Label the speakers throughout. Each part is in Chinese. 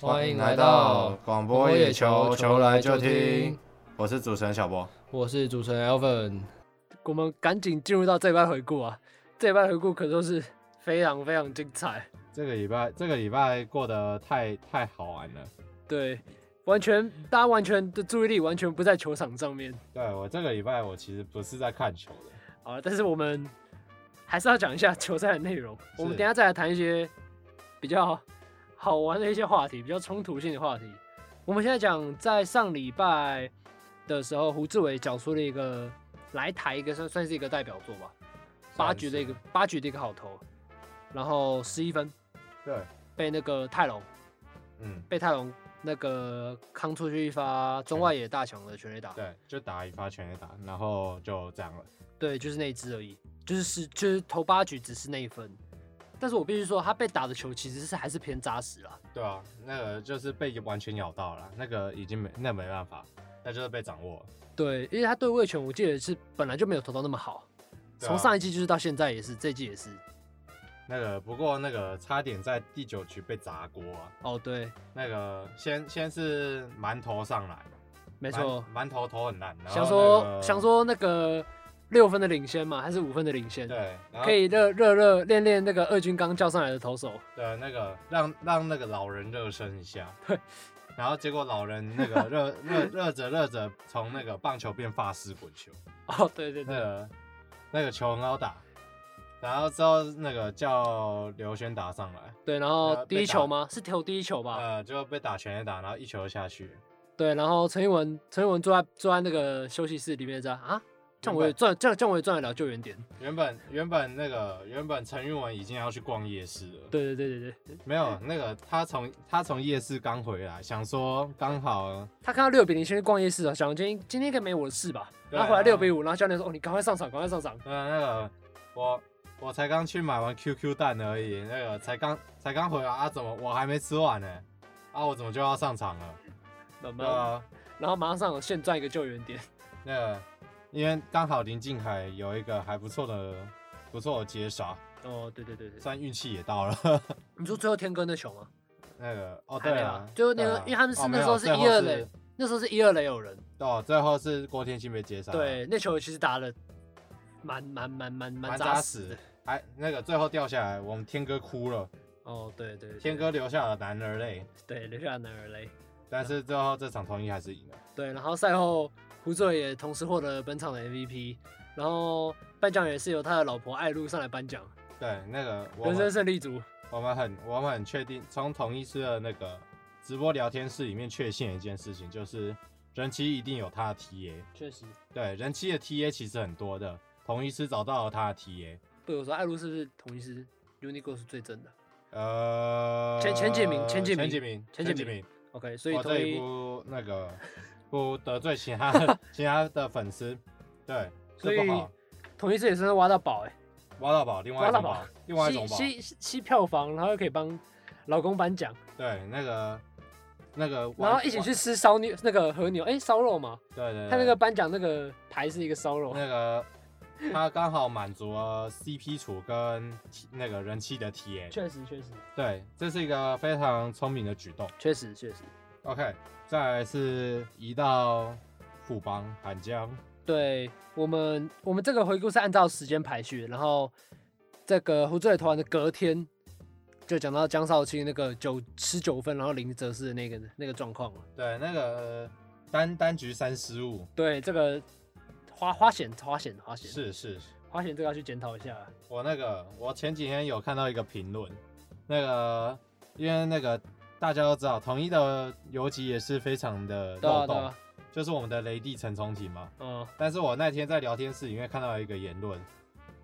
Speaker 1: 欢迎来到
Speaker 2: 广
Speaker 1: 我
Speaker 2: 播野球，球来就听。。我是主持人小波。
Speaker 1: 我是主持人 Alvin，
Speaker 3: 我们赶紧进入到这班回顾啊！这班回顾可都是非常非常精彩，
Speaker 4: 这个礼拜这个礼拜过得太太好玩了。
Speaker 3: 对，完全大家完全的注意力完全不在球场上面
Speaker 4: 对我这个礼拜我其实不是在看球的，
Speaker 3: 啊，但是我们还是要讲一下球赛的内容。我们等一下再来谈一些比较好玩的一些话题，比较冲突性的话题。我们现在讲在上礼拜的时候，胡志伟缴出了一个来台一个算算是一个代表作吧，八局的一个八局的一个好投，然后十一分
Speaker 4: 对，
Speaker 3: 被那个泰隆。
Speaker 4: 嗯，
Speaker 3: 被泰隆那个扛出去一发中外野大墙的全垒打，
Speaker 4: 对，就打一发全垒打，然后就这样了。
Speaker 3: 对，就是那一支而已，就是是就是头八局只是那一分，但是我必须说他被打的球其实是还是偏扎实啦，
Speaker 4: 对啊，那个就是被完全咬到了，那个已经没那没办法，那就是被掌握了。
Speaker 3: 对，因为他对位权我记得是本来就没有投到那么好，
Speaker 4: 对啊
Speaker 3: 从上一季就是到现在也是，这一季也是，
Speaker 4: 那个不过那个差点在第九局被砸锅啊，
Speaker 3: 哦对，
Speaker 4: 那个先先是馒头上来，
Speaker 3: 没错，
Speaker 4: 馒，馒头头很烂，然后
Speaker 3: 想说、
Speaker 4: 那个
Speaker 3: 想说那个六分的领先嘛，还是五分的领先，
Speaker 4: 对，然后
Speaker 3: 可以热热热练练那个二军刚叫上来的投手，
Speaker 4: 对，那个让让那个老人热身一下，对，然后结果老人那个 热热热着热着，从那个棒球变发丝滚球，
Speaker 3: 哦对对
Speaker 4: 那
Speaker 3: 对，
Speaker 4: 个那个球很好打，然后之后那个叫刘轩打上来，
Speaker 3: 对，然后
Speaker 4: 呃
Speaker 3: 第
Speaker 4: 被
Speaker 3: 一
Speaker 4: 打
Speaker 3: 球吗？是投第一球吧？
Speaker 4: 呃，就被打全垒打，然后一球下去，
Speaker 3: 对，然后陈一文，陈一文坐在坐在那个休息室里面这样啊，这样我也赚，这样这样我也赚得了救援点。
Speaker 4: 原本原本那个原本陈玉文已经要去逛夜市了，
Speaker 3: 对对对对对，
Speaker 4: 没有那个他从他从夜市刚回来，想说刚好
Speaker 3: 他看到六比零先去逛夜市啊，想今天今天应该没我的事吧，
Speaker 4: 对
Speaker 3: 然后回
Speaker 4: 啊
Speaker 3: 来六比五，然后教练说哦你赶快上场，赶快上场。
Speaker 4: 对，啊那个我我才刚去买完 QQ 蛋而已，那个才刚才刚回来啊，怎么我还没吃完呢？啊，我怎么就要上场了？
Speaker 3: 慢
Speaker 4: 对
Speaker 3: 慢，
Speaker 4: 啊，
Speaker 3: 然后马上上场现赚一个救援点。
Speaker 4: 那个因为刚好林敬海有一个还不错的不错的接杀，
Speaker 3: 哦，对对对对，
Speaker 4: 算运气也到了。
Speaker 3: 你说最后天哥那球吗？
Speaker 4: 那个哦，
Speaker 3: 还
Speaker 4: 对
Speaker 3: 没
Speaker 4: 啊
Speaker 3: 吧，就那个
Speaker 4: 对啊
Speaker 3: 因为他们是
Speaker 4: 哦
Speaker 3: 那
Speaker 4: 没
Speaker 3: 时
Speaker 4: 有
Speaker 3: 候是
Speaker 4: 最后
Speaker 3: 一二垒那时候是一二垒有人，
Speaker 4: 哦，最后是郭天信被接杀，，
Speaker 3: 对，那球其实打的蛮蛮蛮蛮蛮
Speaker 4: 蛮
Speaker 3: 扎
Speaker 4: 扎
Speaker 3: 实
Speaker 4: 实
Speaker 3: 的
Speaker 4: 的。。还那个最后掉下来，我们天哥哭了，
Speaker 3: 哦，对对，对
Speaker 4: 天哥流下了男儿泪，
Speaker 3: 对留下男儿泪。
Speaker 4: 但是最后这场同一还是赢了。
Speaker 3: 对，然后赛后胡志伟也同时获得了本场的 MVP，然后颁奖也是由他的老婆艾露上来颁奖，
Speaker 4: 对，那个我
Speaker 3: 人
Speaker 4: 们
Speaker 3: 生胜利组。
Speaker 4: 我们很我们很确定，从同一师的那个直播聊天室里面确信一件事情，就是人妻一定有他的 TA。
Speaker 3: 确实，
Speaker 4: 对，人妻的 TA 其实很多的，同一师找到了他的 TA。
Speaker 3: 不我说艾露是不是同一师 Uniqlo 是最正的
Speaker 4: 呃，
Speaker 3: 前前几名
Speaker 4: 前
Speaker 3: 前几名
Speaker 4: 几名，
Speaker 3: 前几
Speaker 4: 几
Speaker 3: 名
Speaker 4: 名。
Speaker 3: ？OK，所以
Speaker 4: 我
Speaker 3: 同
Speaker 4: 这
Speaker 3: 一
Speaker 4: 里不那个不得罪其他 的其他的粉丝，对，
Speaker 3: 所
Speaker 4: 这
Speaker 3: 以
Speaker 4: 不好。
Speaker 3: 同一师也算是挖到宝哎、
Speaker 4: 挖到宝，另外
Speaker 3: 挖
Speaker 4: 一
Speaker 3: 到
Speaker 4: 种
Speaker 3: 宝
Speaker 4: 宝，另外一
Speaker 3: 吸
Speaker 4: 种宝，
Speaker 3: 吸吸票房，然后又可以帮老公颁奖，
Speaker 4: 对，那个那个玩，
Speaker 3: 然后一起去吃烧牛那个和牛哎烧肉嘛，
Speaker 4: 玩，对对对，
Speaker 3: 他那个颁奖那个牌是一个烧肉，
Speaker 4: 那个他刚好满足了 CP 楚跟 T- 那个人气的 TA，
Speaker 3: 确实确实
Speaker 4: 对，这是一个非常聪明的举动。
Speaker 3: 确实确实，
Speaker 4: OK，再来是移到虎帮韩江，
Speaker 3: 对我们，我们这个回顾是按照时间排序，然后这个胡志伟投完的隔天，就讲到江少庆那个九十九分，然后零折四的那个那个状况了。
Speaker 4: 对，那个呃单单局三失误，
Speaker 3: 对，这个花花险花险花险
Speaker 4: 是是，是
Speaker 3: 花险这个要去检讨一下。
Speaker 4: 我那个我前几天有看到一个评论，那个因为那个大家都知道，统一的游击也是非常的
Speaker 3: 对啊
Speaker 4: 漏
Speaker 3: 对
Speaker 4: 洞
Speaker 3: 啊，，
Speaker 4: 就是我们的雷帝陈崇廷嘛，
Speaker 3: 嗯，
Speaker 4: 但是我那天在聊天室里面看到一个言论，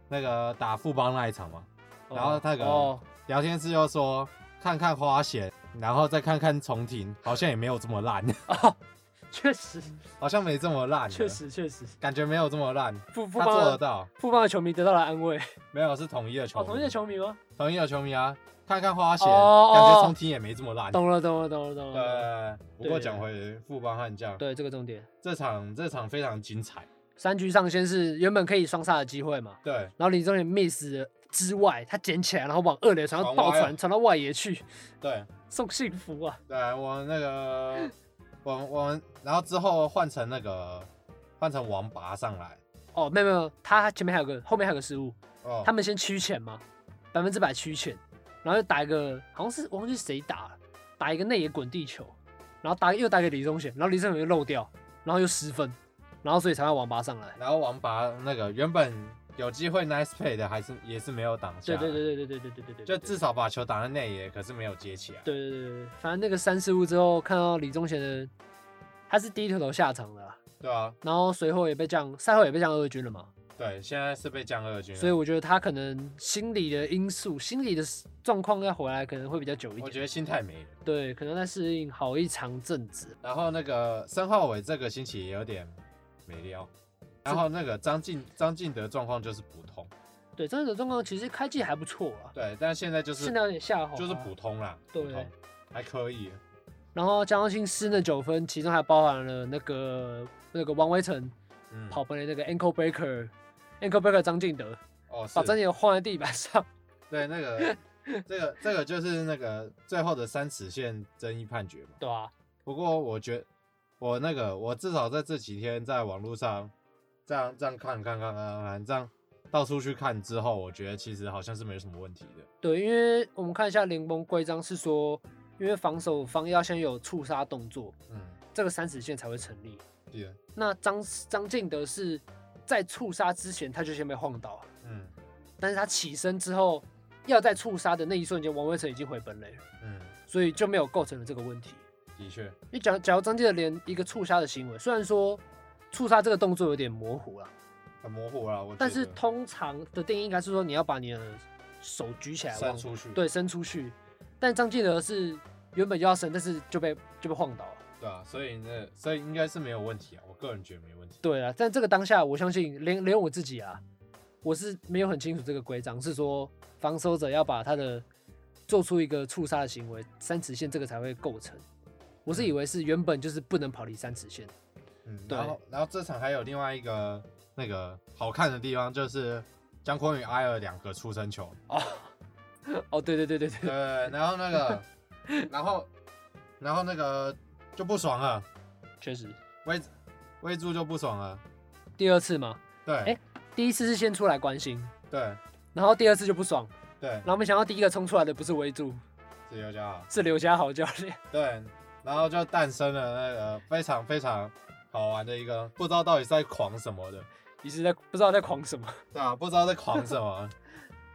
Speaker 4: 那个打富邦那一场嘛，然后那个
Speaker 3: 哦，
Speaker 4: 聊天室又说看看花贤，然后再看看重庭，好像也没有这么烂，
Speaker 3: 确实
Speaker 4: 好像没这么烂，
Speaker 3: 确，实确实，
Speaker 4: 感觉没有这么烂，
Speaker 3: 富富
Speaker 4: 他做得
Speaker 3: 邦的
Speaker 4: 到，
Speaker 3: 富邦的球迷得到了安慰。
Speaker 4: 没有是统一的球
Speaker 3: 哦，
Speaker 4: 迷，
Speaker 3: 同一的球迷吗？
Speaker 4: 统一的球迷啊，看看花贤，
Speaker 3: 哦
Speaker 4: 感
Speaker 3: 哦
Speaker 4: 觉重庭也没这么烂，
Speaker 3: 懂了懂了懂了懂了。
Speaker 4: 呃，不过讲回富邦悍将，
Speaker 3: 对，这个重点，
Speaker 4: 这场这场非常精彩，
Speaker 3: 三局上先是原本可以双杀的机会嘛。
Speaker 4: 对
Speaker 3: 然后林宗远 miss 了之外，他捡起来，然后往二垒传，
Speaker 4: 往
Speaker 3: 爆
Speaker 4: 外
Speaker 3: 传
Speaker 4: 啊
Speaker 3: 传到外野去，
Speaker 4: 对
Speaker 3: 送幸福啊！
Speaker 4: 对，我那个我我们，然后之后换成那个换成王拔上来
Speaker 3: 哦，没有没有，他前面还有个，后面还有个失误，
Speaker 4: 哦，
Speaker 3: 他们先曲浅嘛，百分之百曲浅，然后又打一个，好像是我忘记谁打了，打一个内野滚地球，然后打又打给李宗贤，然后李宗贤又漏掉，然后又失分，然后所以才让王八上来。
Speaker 4: 然后王拔那个原本有机会 nice play 的，还是也是没有挡下
Speaker 3: 对
Speaker 4: 来，
Speaker 3: 对对对对对对对对对，
Speaker 4: 就至少把球打在内野，可是没有接起来。
Speaker 3: 对对对对对，反正那个三失误之后，看到李宗贤的，他是低头头下场的啦，
Speaker 4: 对啊，
Speaker 3: 然后随后也被降，赛后也被降二军了嘛，
Speaker 4: 对，现在是被降二军了，
Speaker 3: 所以我觉得他可能心理的因素、心理的状况要回来可能会比较久一
Speaker 4: 我
Speaker 3: 点，
Speaker 4: 觉得心态没了。
Speaker 3: 对，可能在适应好一长阵子。
Speaker 4: 然后那个申浩伟这个星期也有点没料，然后那个张进张进德状况就是普通，
Speaker 3: 对，真的状况其实开季还不错啊，
Speaker 4: 对，但现在就是
Speaker 3: 现在有点下滑，
Speaker 4: 就是普。通啦，
Speaker 3: 对
Speaker 4: 普通还可以，
Speaker 3: 然后江浩信失那九分，其中还包含了那个那个王威成
Speaker 4: 嗯，
Speaker 3: 跑奔的那个 ankle breaker，ankle breaker 张敬德
Speaker 4: 哦，是
Speaker 3: 把，张敬德晃在地板 上。
Speaker 4: 对，那 个这个这个就是那个最后的三尺线争议判决嘛。
Speaker 3: 对啊，
Speaker 4: 不过我觉我那个我至少在这几天在网络上这样这样看看看看看这样到处去看之后，我觉得其实好像是没什么问题的。
Speaker 3: 对，因为我们看一下联盟规章是说，因为防守方要先有触杀动作，
Speaker 4: 嗯，
Speaker 3: 这个三尺线才会成立。
Speaker 4: 对，
Speaker 3: 那张张敬德是在触杀之前他就先被晃倒了，
Speaker 4: 嗯
Speaker 3: 但是他起身之后要在触杀的那一瞬间，王威成已经回本垒了。
Speaker 4: 嗯，
Speaker 3: 所以就没有构成了这个问题。
Speaker 4: 的确，
Speaker 3: 你假假如张继的连一个触杀的行为，虽然说触杀这个动作有点模糊了，
Speaker 4: 很模糊啦，我觉得
Speaker 3: 但是通常的定义应该是说你要把你的手举起来
Speaker 4: 伸
Speaker 3: 往
Speaker 4: 出去，
Speaker 3: 啊对伸出去，但张继德是原本就要伸，但是就被就被晃倒了。
Speaker 4: 对啊，所以那所以应该是没有问题啊，我个人觉得没问题。
Speaker 3: 对啊，但这个当下我相信连连我自己啊，我是没有很清楚这个规章，是说防守者要把他的做出一个触杀的行为，三尺线这个才会构成。我是以为是原本就是不能跑离三尺线。
Speaker 4: 嗯，
Speaker 3: 对
Speaker 4: 然后然后这场还有另外一个那个好看的地方就是姜昆宇挨了两个出生球，
Speaker 3: 哦， 哦，对对对对
Speaker 4: 对，
Speaker 3: 对，
Speaker 4: 然后那 个然后然后那个就不爽了，
Speaker 3: 确实，
Speaker 4: 威威助就不爽了，
Speaker 3: 第二次嘛，
Speaker 4: 对，
Speaker 3: 哎第一次是先出来关心，
Speaker 4: 对
Speaker 3: 然后第二次就不爽，
Speaker 4: 对，
Speaker 3: 然后没想到第一个冲出来的不是围住，
Speaker 4: 自由就好，
Speaker 3: 是刘家豪教练。
Speaker 4: 对，然后就诞生了那个非常非常好玩的一个，不知道到底是在狂什么的。
Speaker 3: 你是在不知道在狂什么？
Speaker 4: 对啊，不知道在狂什么。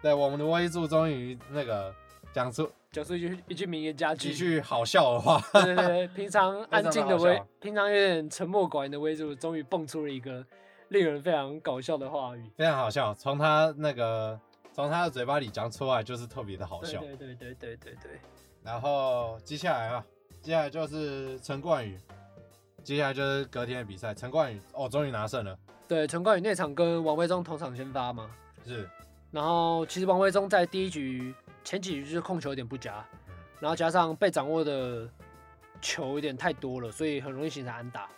Speaker 4: 对，我们的威助终于那个讲出
Speaker 3: 讲出一句一句名言佳
Speaker 4: 几
Speaker 3: 句，
Speaker 4: 句好笑的话。
Speaker 3: 对对对，平常安静
Speaker 4: 非常
Speaker 3: 的
Speaker 4: 的好
Speaker 3: 微
Speaker 4: 笑，
Speaker 3: 平常有点沉默寡言的微助，终于蹦出了一个令人非常搞笑的话语。
Speaker 4: 非常好笑，从他那个从他的嘴巴里讲出来就是特别的好
Speaker 3: 对
Speaker 4: 笑。
Speaker 3: 对对对对对对，
Speaker 4: 然后接下来啊，接下来就是陈冠宇，接下来就是隔天的比赛，陈冠宇哦终于拿胜了，
Speaker 3: 对陈冠宇那场跟王威忠同场先发嘛，
Speaker 4: 是
Speaker 3: 然后其实王威忠在第一局前几局就是控球有点不佳，然后加上被掌握的球有点太多了，所以很容易形成安打。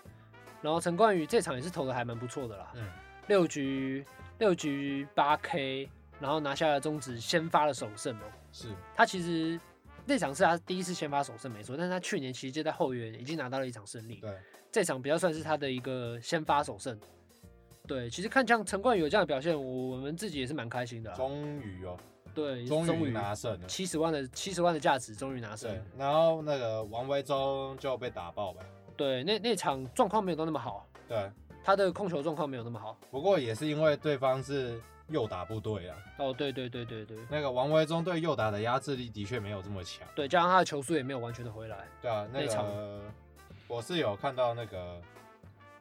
Speaker 3: 然后陈冠宇这场也是投的还蛮不错的啦，
Speaker 4: 嗯
Speaker 3: 六局六局八 K，然后拿下了中职先发的首胜哦。
Speaker 4: 是
Speaker 3: 他其实那场是他第一次先发首胜没错，但是他去年其实就在后援已经拿到了一场胜利，
Speaker 4: 对
Speaker 3: 这场比较算是他的一个先发首胜。对，其实看像陈冠宇有这样的表现，我我们自己也是蛮开心的啦。
Speaker 4: 终于哦
Speaker 3: 对，
Speaker 4: 终
Speaker 3: 终
Speaker 4: 于拿胜了。
Speaker 3: 七十万的七十万的价值终于拿胜
Speaker 4: 对
Speaker 3: 了。，
Speaker 4: 然后那个王威忠就被打爆呗。
Speaker 3: 对，那那场状况没有到那么好，
Speaker 4: 对，
Speaker 3: 他的控球状况没有那么好。
Speaker 4: 不过也是因为对方是右打部队啊，
Speaker 3: 哦，对对对对对
Speaker 4: 那个王威忠对右打的压制力的确没有这么强。
Speaker 3: 对，加上他的球速也没有完全的回来。
Speaker 4: 对啊，那
Speaker 3: 那场
Speaker 4: 个我是有看到那个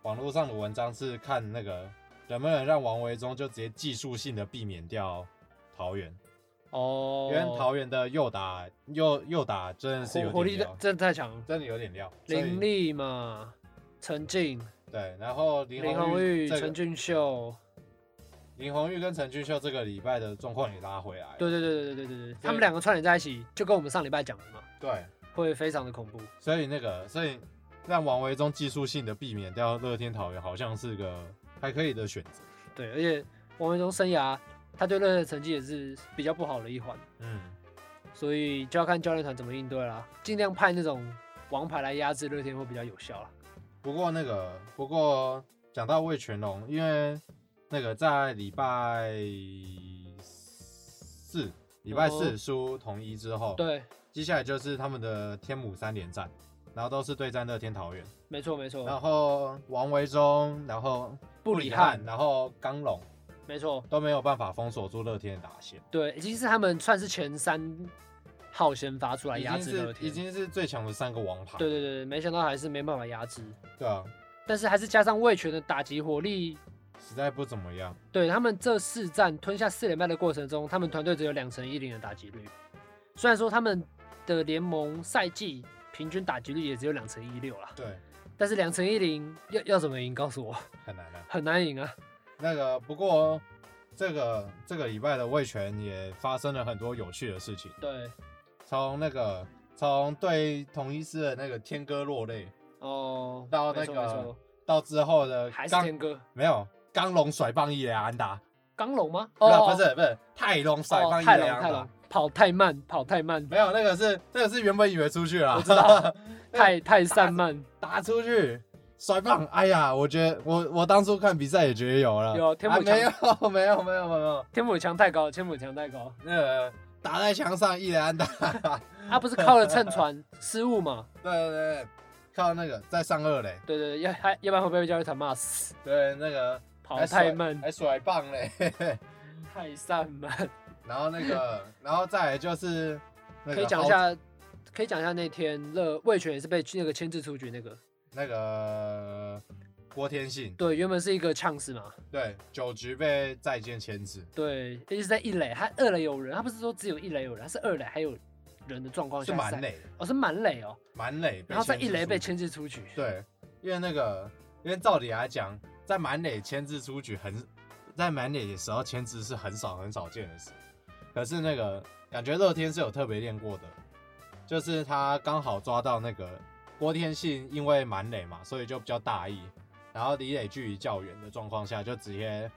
Speaker 4: 网络上的文章，是看那个能不能让王维忠就直接技术性的避免掉桃园，
Speaker 3: 哦，
Speaker 4: 因为桃园的右打右右打真的是
Speaker 3: 火
Speaker 4: 有
Speaker 3: 火
Speaker 4: 点
Speaker 3: 力
Speaker 4: 料，
Speaker 3: 真的太强了，
Speaker 4: 真的有点料。所以
Speaker 3: 林立嘛，陈静、
Speaker 4: 对，然后林
Speaker 3: 林
Speaker 4: 红
Speaker 3: 红玉、
Speaker 4: 这
Speaker 3: 陈
Speaker 4: 个
Speaker 3: 俊秀，
Speaker 4: 林红玉跟陈俊秀这个礼拜的状况也拉回来了，
Speaker 3: 对对对对对对对，他们两个串联在一起，就跟我们上礼拜讲的嘛，
Speaker 4: 对，
Speaker 3: 会非常的恐怖。
Speaker 4: 所以那个所以让王维忠技术性的避免掉乐天桃园，好像是个还可以的选择。
Speaker 3: 对，而且王维忠生涯。他对热的成绩也是比较不好的一环，
Speaker 4: 嗯，
Speaker 3: 所以就要看教练团怎么应对啦，尽量派那种王牌来压制乐天会比较有效啦。
Speaker 4: 不过那个，不过讲到魏全龙，因为那个在礼拜四，礼拜四
Speaker 3: 哦
Speaker 4: 输统一之后，，
Speaker 3: 对，
Speaker 4: 接下来就是他们的天母三连战，然后都是对战乐天桃园，
Speaker 3: 没错没错，
Speaker 4: 然后王维忠，然后
Speaker 3: 哦布里汉
Speaker 4: 然后刚龙
Speaker 3: 没错，
Speaker 4: 都没有办法封锁住乐天的打线，
Speaker 3: 对，已经是他们算是前三号先发出来
Speaker 4: 已
Speaker 3: 压
Speaker 4: 经
Speaker 3: 制乐
Speaker 4: 是
Speaker 3: 天，
Speaker 4: 已经是最强的三个王牌，
Speaker 3: 对对对，没想到还是没办法压制，
Speaker 4: 对啊，
Speaker 3: 但是还是加上魏权的打击火力，
Speaker 4: 实在不怎么样，
Speaker 3: 对他们这四战吞下四连败的过程中，他们团队只有两成一零的打击率。虽然说他们的联盟赛季平均打击率也只有两成一六啦，
Speaker 4: 对，
Speaker 3: 但是两成一零要要怎么赢？告诉我，
Speaker 4: 很难啊。
Speaker 3: 很难赢啊。
Speaker 4: 那个不过这个这个礼拜的卫权也发生了很多有趣的事情，
Speaker 3: 对，
Speaker 4: 从那个从对同一师的那个天哥落泪，
Speaker 3: 哦，
Speaker 4: 到
Speaker 3: 没
Speaker 4: 那
Speaker 3: 错
Speaker 4: 个
Speaker 3: 没错
Speaker 4: 到之后的
Speaker 3: 还是
Speaker 4: 刚
Speaker 3: 天哥
Speaker 4: 没有刚龙甩棒一垒安打，
Speaker 3: 刚龙吗？
Speaker 4: 不
Speaker 3: 哦，
Speaker 4: 是不是不是泰龙甩
Speaker 3: 哦
Speaker 4: 棒，一啊
Speaker 3: 太
Speaker 4: 垒
Speaker 3: 龙
Speaker 4: 安
Speaker 3: 太
Speaker 4: 打
Speaker 3: 龙，跑太慢，跑 太慢，
Speaker 4: 没有那个是那个是原本以为出去了，
Speaker 3: 我知 道太太散漫。
Speaker 4: 打出去甩棒，哎呀，我觉得我我当初看比赛也觉得有了，
Speaker 3: 有天
Speaker 4: 啊
Speaker 3: 幕
Speaker 4: 没有 没有没有没有
Speaker 3: 天母强太高，天母强太高，
Speaker 4: 那个打在墙上一垒安打。
Speaker 3: 他不是靠了蹭传失误嘛？
Speaker 4: 对对对，靠那个在上二嘞，
Speaker 3: 对对对，要还要不然会被教练团骂死。
Speaker 4: 对那个
Speaker 3: 跑
Speaker 4: 还甩
Speaker 3: 太慢，
Speaker 4: 还甩棒嘞，
Speaker 3: 太散漫。
Speaker 4: 然后那个，然后再来就是 那个
Speaker 3: 可以讲一
Speaker 4: 豪
Speaker 3: 下，可以讲一下那天乐魏权也是被那个牵制出局那个，
Speaker 4: 那个郭天信，
Speaker 3: 对，原本是一个呛死嘛，
Speaker 4: 对九局被再见牵制，
Speaker 3: 对，一直在一垒，他二垒有人，他不是说只有一垒有人，他是二垒还有人的状况
Speaker 4: 是
Speaker 3: 下
Speaker 4: 满
Speaker 3: 赛，
Speaker 4: 垒的，
Speaker 3: 哦是满垒哦，
Speaker 4: 满垒被牵制出，
Speaker 3: 然后在一垒被牵制出局，
Speaker 4: 对，因为那个因为照理来讲，在满垒牵制出局很，在满垒的时候牵制是很少很少见的事，可是那个感觉乐天是有特别练过的，就是他刚好抓到那个郭天信，因为满垒嘛，所以就比较大意，然后离垒距离较远的状况下，就直接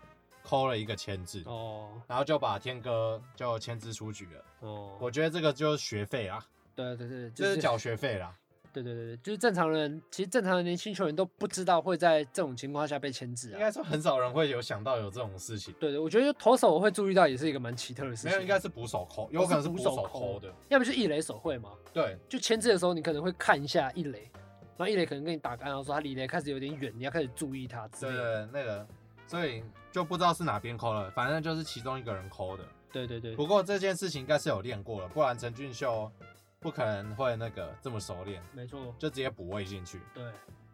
Speaker 4: 抠了一个牵制，
Speaker 3: 哦
Speaker 4: 然后就把天哥就牵制出局了。
Speaker 3: 哦，
Speaker 4: 我觉得这个就是学费啦，
Speaker 3: 对对对，
Speaker 4: 就是缴学费啦。
Speaker 3: 对对对对，就是正常人，其实正常的年轻球员都不知道会在这种情况下被牵制
Speaker 4: 应
Speaker 3: 啊。
Speaker 4: 该说很少人会有想到有这种事情。
Speaker 3: 对对，我觉得投手我会注意到也是一个蛮奇特的事
Speaker 4: 没有，应
Speaker 3: 情，
Speaker 4: 该是捕手抠，有可哦能是捕手
Speaker 3: 捕手抠
Speaker 4: 抠的。
Speaker 3: 要不就是一垒手会嘛，
Speaker 4: 对
Speaker 3: 就牵制的时候，你可能会看一下一垒，然后一垒可能跟你打干，然后说他离垒开始有点远，你要开始注意他之
Speaker 4: 对
Speaker 3: 类
Speaker 4: 对
Speaker 3: 的。
Speaker 4: 对，那个，所以就不知道是哪边抠了，反正就是其中一个人抠的。
Speaker 3: 对对对
Speaker 4: 不过这件事情应该是有练过了，不然陈俊秀不可能会那个这么熟练，
Speaker 3: 没错，
Speaker 4: 就直接补位进去。
Speaker 3: 对，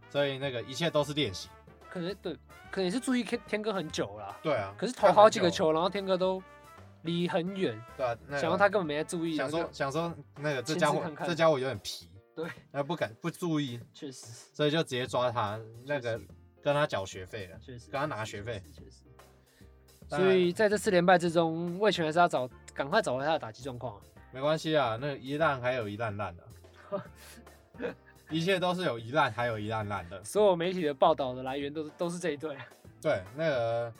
Speaker 4: 所以那个一切都是练习。
Speaker 3: 可能对，可能也是注意天天哥很久啦，
Speaker 4: 对啊，
Speaker 3: 可是投好几个，球，然后天哥都离很远，
Speaker 4: 对啊，那个
Speaker 3: 想要他根本没在注意。
Speaker 4: 想
Speaker 3: 然后
Speaker 4: 说
Speaker 3: 就
Speaker 4: 想说那个这家伙
Speaker 3: 亲自看看
Speaker 4: 这家伙有点皮，
Speaker 3: 对，
Speaker 4: 那不敢不注意，
Speaker 3: 确实
Speaker 4: 所以就直接抓他那个
Speaker 3: 确实
Speaker 4: 跟他缴学费了。
Speaker 3: 确实，
Speaker 4: 跟他拿学费
Speaker 3: 确实，确实。
Speaker 4: 当然
Speaker 3: 所以在这四连败之中，魏权还是要找赶快找回他的打击状况啊。
Speaker 4: 没关系啊，那一烂还有一烂 烂的，一切都是有一烂还有一烂烂的。
Speaker 3: 所有媒体的报道的来源都是都是这一队。
Speaker 4: 对，那个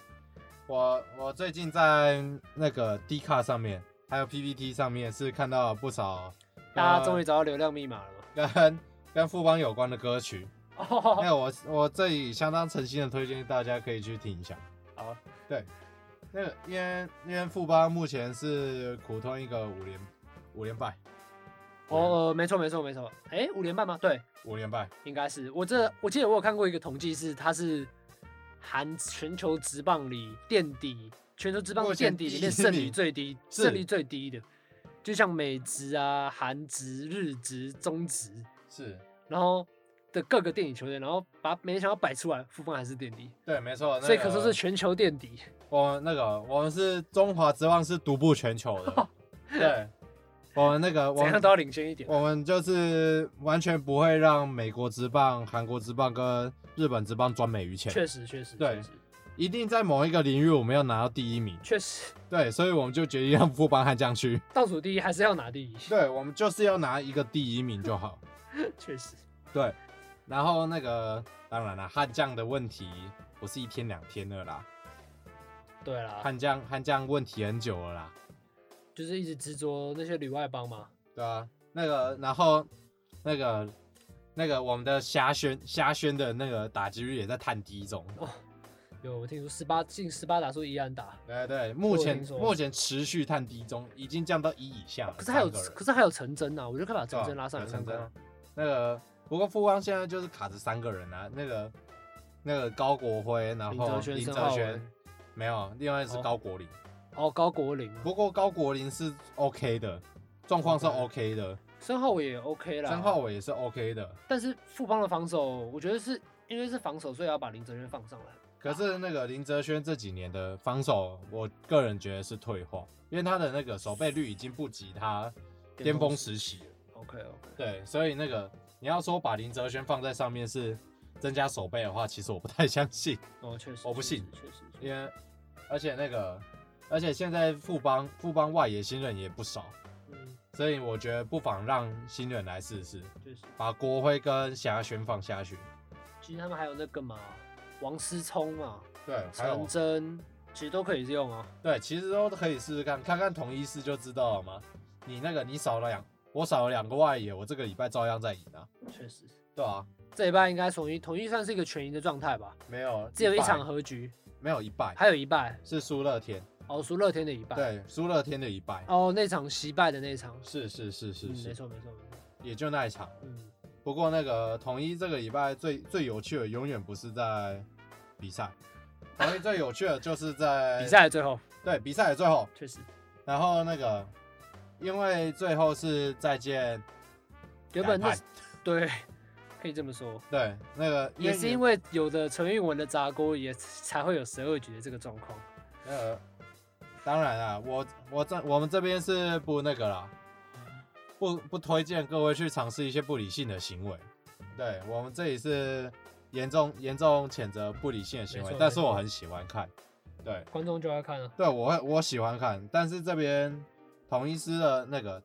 Speaker 4: 我我最近在那个 D 卡上面，还有 PPT 上面是看到不少
Speaker 3: 大家终
Speaker 4: 于
Speaker 3: 于找到流量密码了嘛？
Speaker 4: 跟跟富邦有关的歌曲。
Speaker 3: 哦，
Speaker 4: 那我我这里相当诚心的推荐大家可以去听一下。
Speaker 3: 好，
Speaker 4: 对，那个因为因为富邦目前是苦吞一个五连五连败，啊
Speaker 3: 哦，呃没错没错没错。哎，五连败吗？对，
Speaker 4: 五连败，
Speaker 3: 应该是。我这我记得我有看过一个统计是，它是含全球职棒里垫底，全球职棒
Speaker 4: 目前
Speaker 3: 垫底
Speaker 4: 第
Speaker 3: 里
Speaker 4: 一
Speaker 3: 面胜率
Speaker 4: 名
Speaker 3: 最低，
Speaker 4: 是
Speaker 3: 胜率最低的，就像美职啊、韩职、日职、中职，
Speaker 4: 是
Speaker 3: 然后的各个垫底球队，然后把没想到摆出来，富邦还是垫底，
Speaker 4: 对，没错。那
Speaker 3: 所以可
Speaker 4: 个
Speaker 3: 说是全球垫底。
Speaker 4: 我那个我们是中华之望是独步全球 的，对，我们那个我
Speaker 3: 怎样
Speaker 4: 们
Speaker 3: 都要领先一点。
Speaker 4: 我们就是完全不会让美国之棒、韩国之棒跟日本之棒赚美于钱，
Speaker 3: 确实，确实，
Speaker 4: 对
Speaker 3: 确实，
Speaker 4: 一定在某一个领域我们要拿到第一名，
Speaker 3: 确实，
Speaker 4: 对，所以我们就决定让富邦悍将去，
Speaker 3: 倒数第一还是要拿第一。
Speaker 4: 对我们就是要拿一个第一名就好，
Speaker 3: 确实，
Speaker 4: 对，然后那个当然啦，悍将的问题不是一天两天的啦，
Speaker 3: 对啦，
Speaker 4: 悍将悍将问题很久了啦，
Speaker 3: 就是一直执着那些旅外帮嘛。
Speaker 4: 对啊，那个然后那个那个我们的虾轩虾轩的那个打击率也在探低中，
Speaker 3: 有我听说十八进十八打数一安打，
Speaker 4: 对对，目前
Speaker 3: 听说
Speaker 4: 目前持续探低中，已经降到一以下了。
Speaker 3: 可是还有
Speaker 4: 三个人
Speaker 3: 可是还有陈真啊，我就可以把陈
Speaker 4: 对啊
Speaker 3: 真拉上来
Speaker 4: 有
Speaker 3: 看
Speaker 4: 陈
Speaker 3: 看啊。
Speaker 4: 那个不过富邦现在就是卡着三个人啊，那个那个高国辉，然
Speaker 3: 林
Speaker 4: 后
Speaker 3: 哲轩
Speaker 4: 林
Speaker 3: 申
Speaker 4: 哲
Speaker 3: 浩
Speaker 4: 轩
Speaker 3: 文
Speaker 4: 没有，另外是
Speaker 3: 哦
Speaker 4: 高国林。
Speaker 3: 哦，高国林啊，
Speaker 4: 不过高国林是 OK 的，状况是
Speaker 3: OK 啊
Speaker 4: OK 的，
Speaker 3: 申浩伟也 OK 啦。
Speaker 4: 张浩，伟也是 OK 的。
Speaker 3: 但是富邦的防守，我觉得是因为是防守，所以要把林哲渊放上来。啊
Speaker 4: 可是那个林哲轩这几年的防守，我个人觉得是退化，因为他的那个守备率已经不及他巅峰时期了。
Speaker 3: OK OK，
Speaker 4: 对，所以那个你要说把林哲轩放在上面是增加守备的话，其实我不太相信，
Speaker 3: 哦，确实，
Speaker 4: 我不
Speaker 3: 确实
Speaker 4: 信
Speaker 3: 确实，确
Speaker 4: 因
Speaker 3: 实
Speaker 4: 为而且那个而且现在富邦富邦外野新人也不少，
Speaker 3: 嗯，
Speaker 4: 所以我觉得不妨让新人来试试，
Speaker 3: 确实。
Speaker 4: 把国辉跟霞轩放下去。
Speaker 3: 其实他们还有那个嘛，王思聪嘛，
Speaker 4: 对，还有
Speaker 3: 陈真，其实都可以用啊。
Speaker 4: 对，其实都可以试试看，看看同一师就知道了嘛。你那个你少了两，我少了两个外野，我这个礼拜照样在赢啊。
Speaker 3: 确实，
Speaker 4: 对啊，
Speaker 3: 这一半应该统一，统一算是一个全赢的状态吧，
Speaker 4: 没有，
Speaker 3: 只有一
Speaker 4: 败
Speaker 3: 场，和局，
Speaker 4: 没有一败，
Speaker 3: 还有一败，
Speaker 4: 是输乐天，
Speaker 3: 哦，输乐天的一败，，
Speaker 4: 对，输乐天的一败。
Speaker 3: 哦，那场惜败的那场，
Speaker 4: 是是是是
Speaker 3: 嗯，
Speaker 4: 是
Speaker 3: 没，错没错没错，
Speaker 4: 也就那一场。
Speaker 3: 嗯，
Speaker 4: 不过那个统一这个礼拜最最有趣的，永远不是在比赛，统一最有趣的就是在
Speaker 3: 比，赛的最后
Speaker 4: 对比赛的最后，
Speaker 3: 确实
Speaker 4: 然后那个因为最后是再见
Speaker 3: 原本那
Speaker 4: 改判
Speaker 3: 对，可以这么说，
Speaker 4: 对那个
Speaker 3: 也是因为有的陈韵文的砸锅，也才会有十二局的这个状况，
Speaker 4: 呃，当然啊，我我这我们这边是不那个啦，不不推荐各位去尝试一些不理性的行为。对我们这里是严重严重谴责不理性的行
Speaker 3: 没
Speaker 4: 为
Speaker 3: 错，
Speaker 4: 但是我很喜欢看。对
Speaker 3: 观众就要看啊，
Speaker 4: 对，我会我喜欢看，但是这边同一师的那个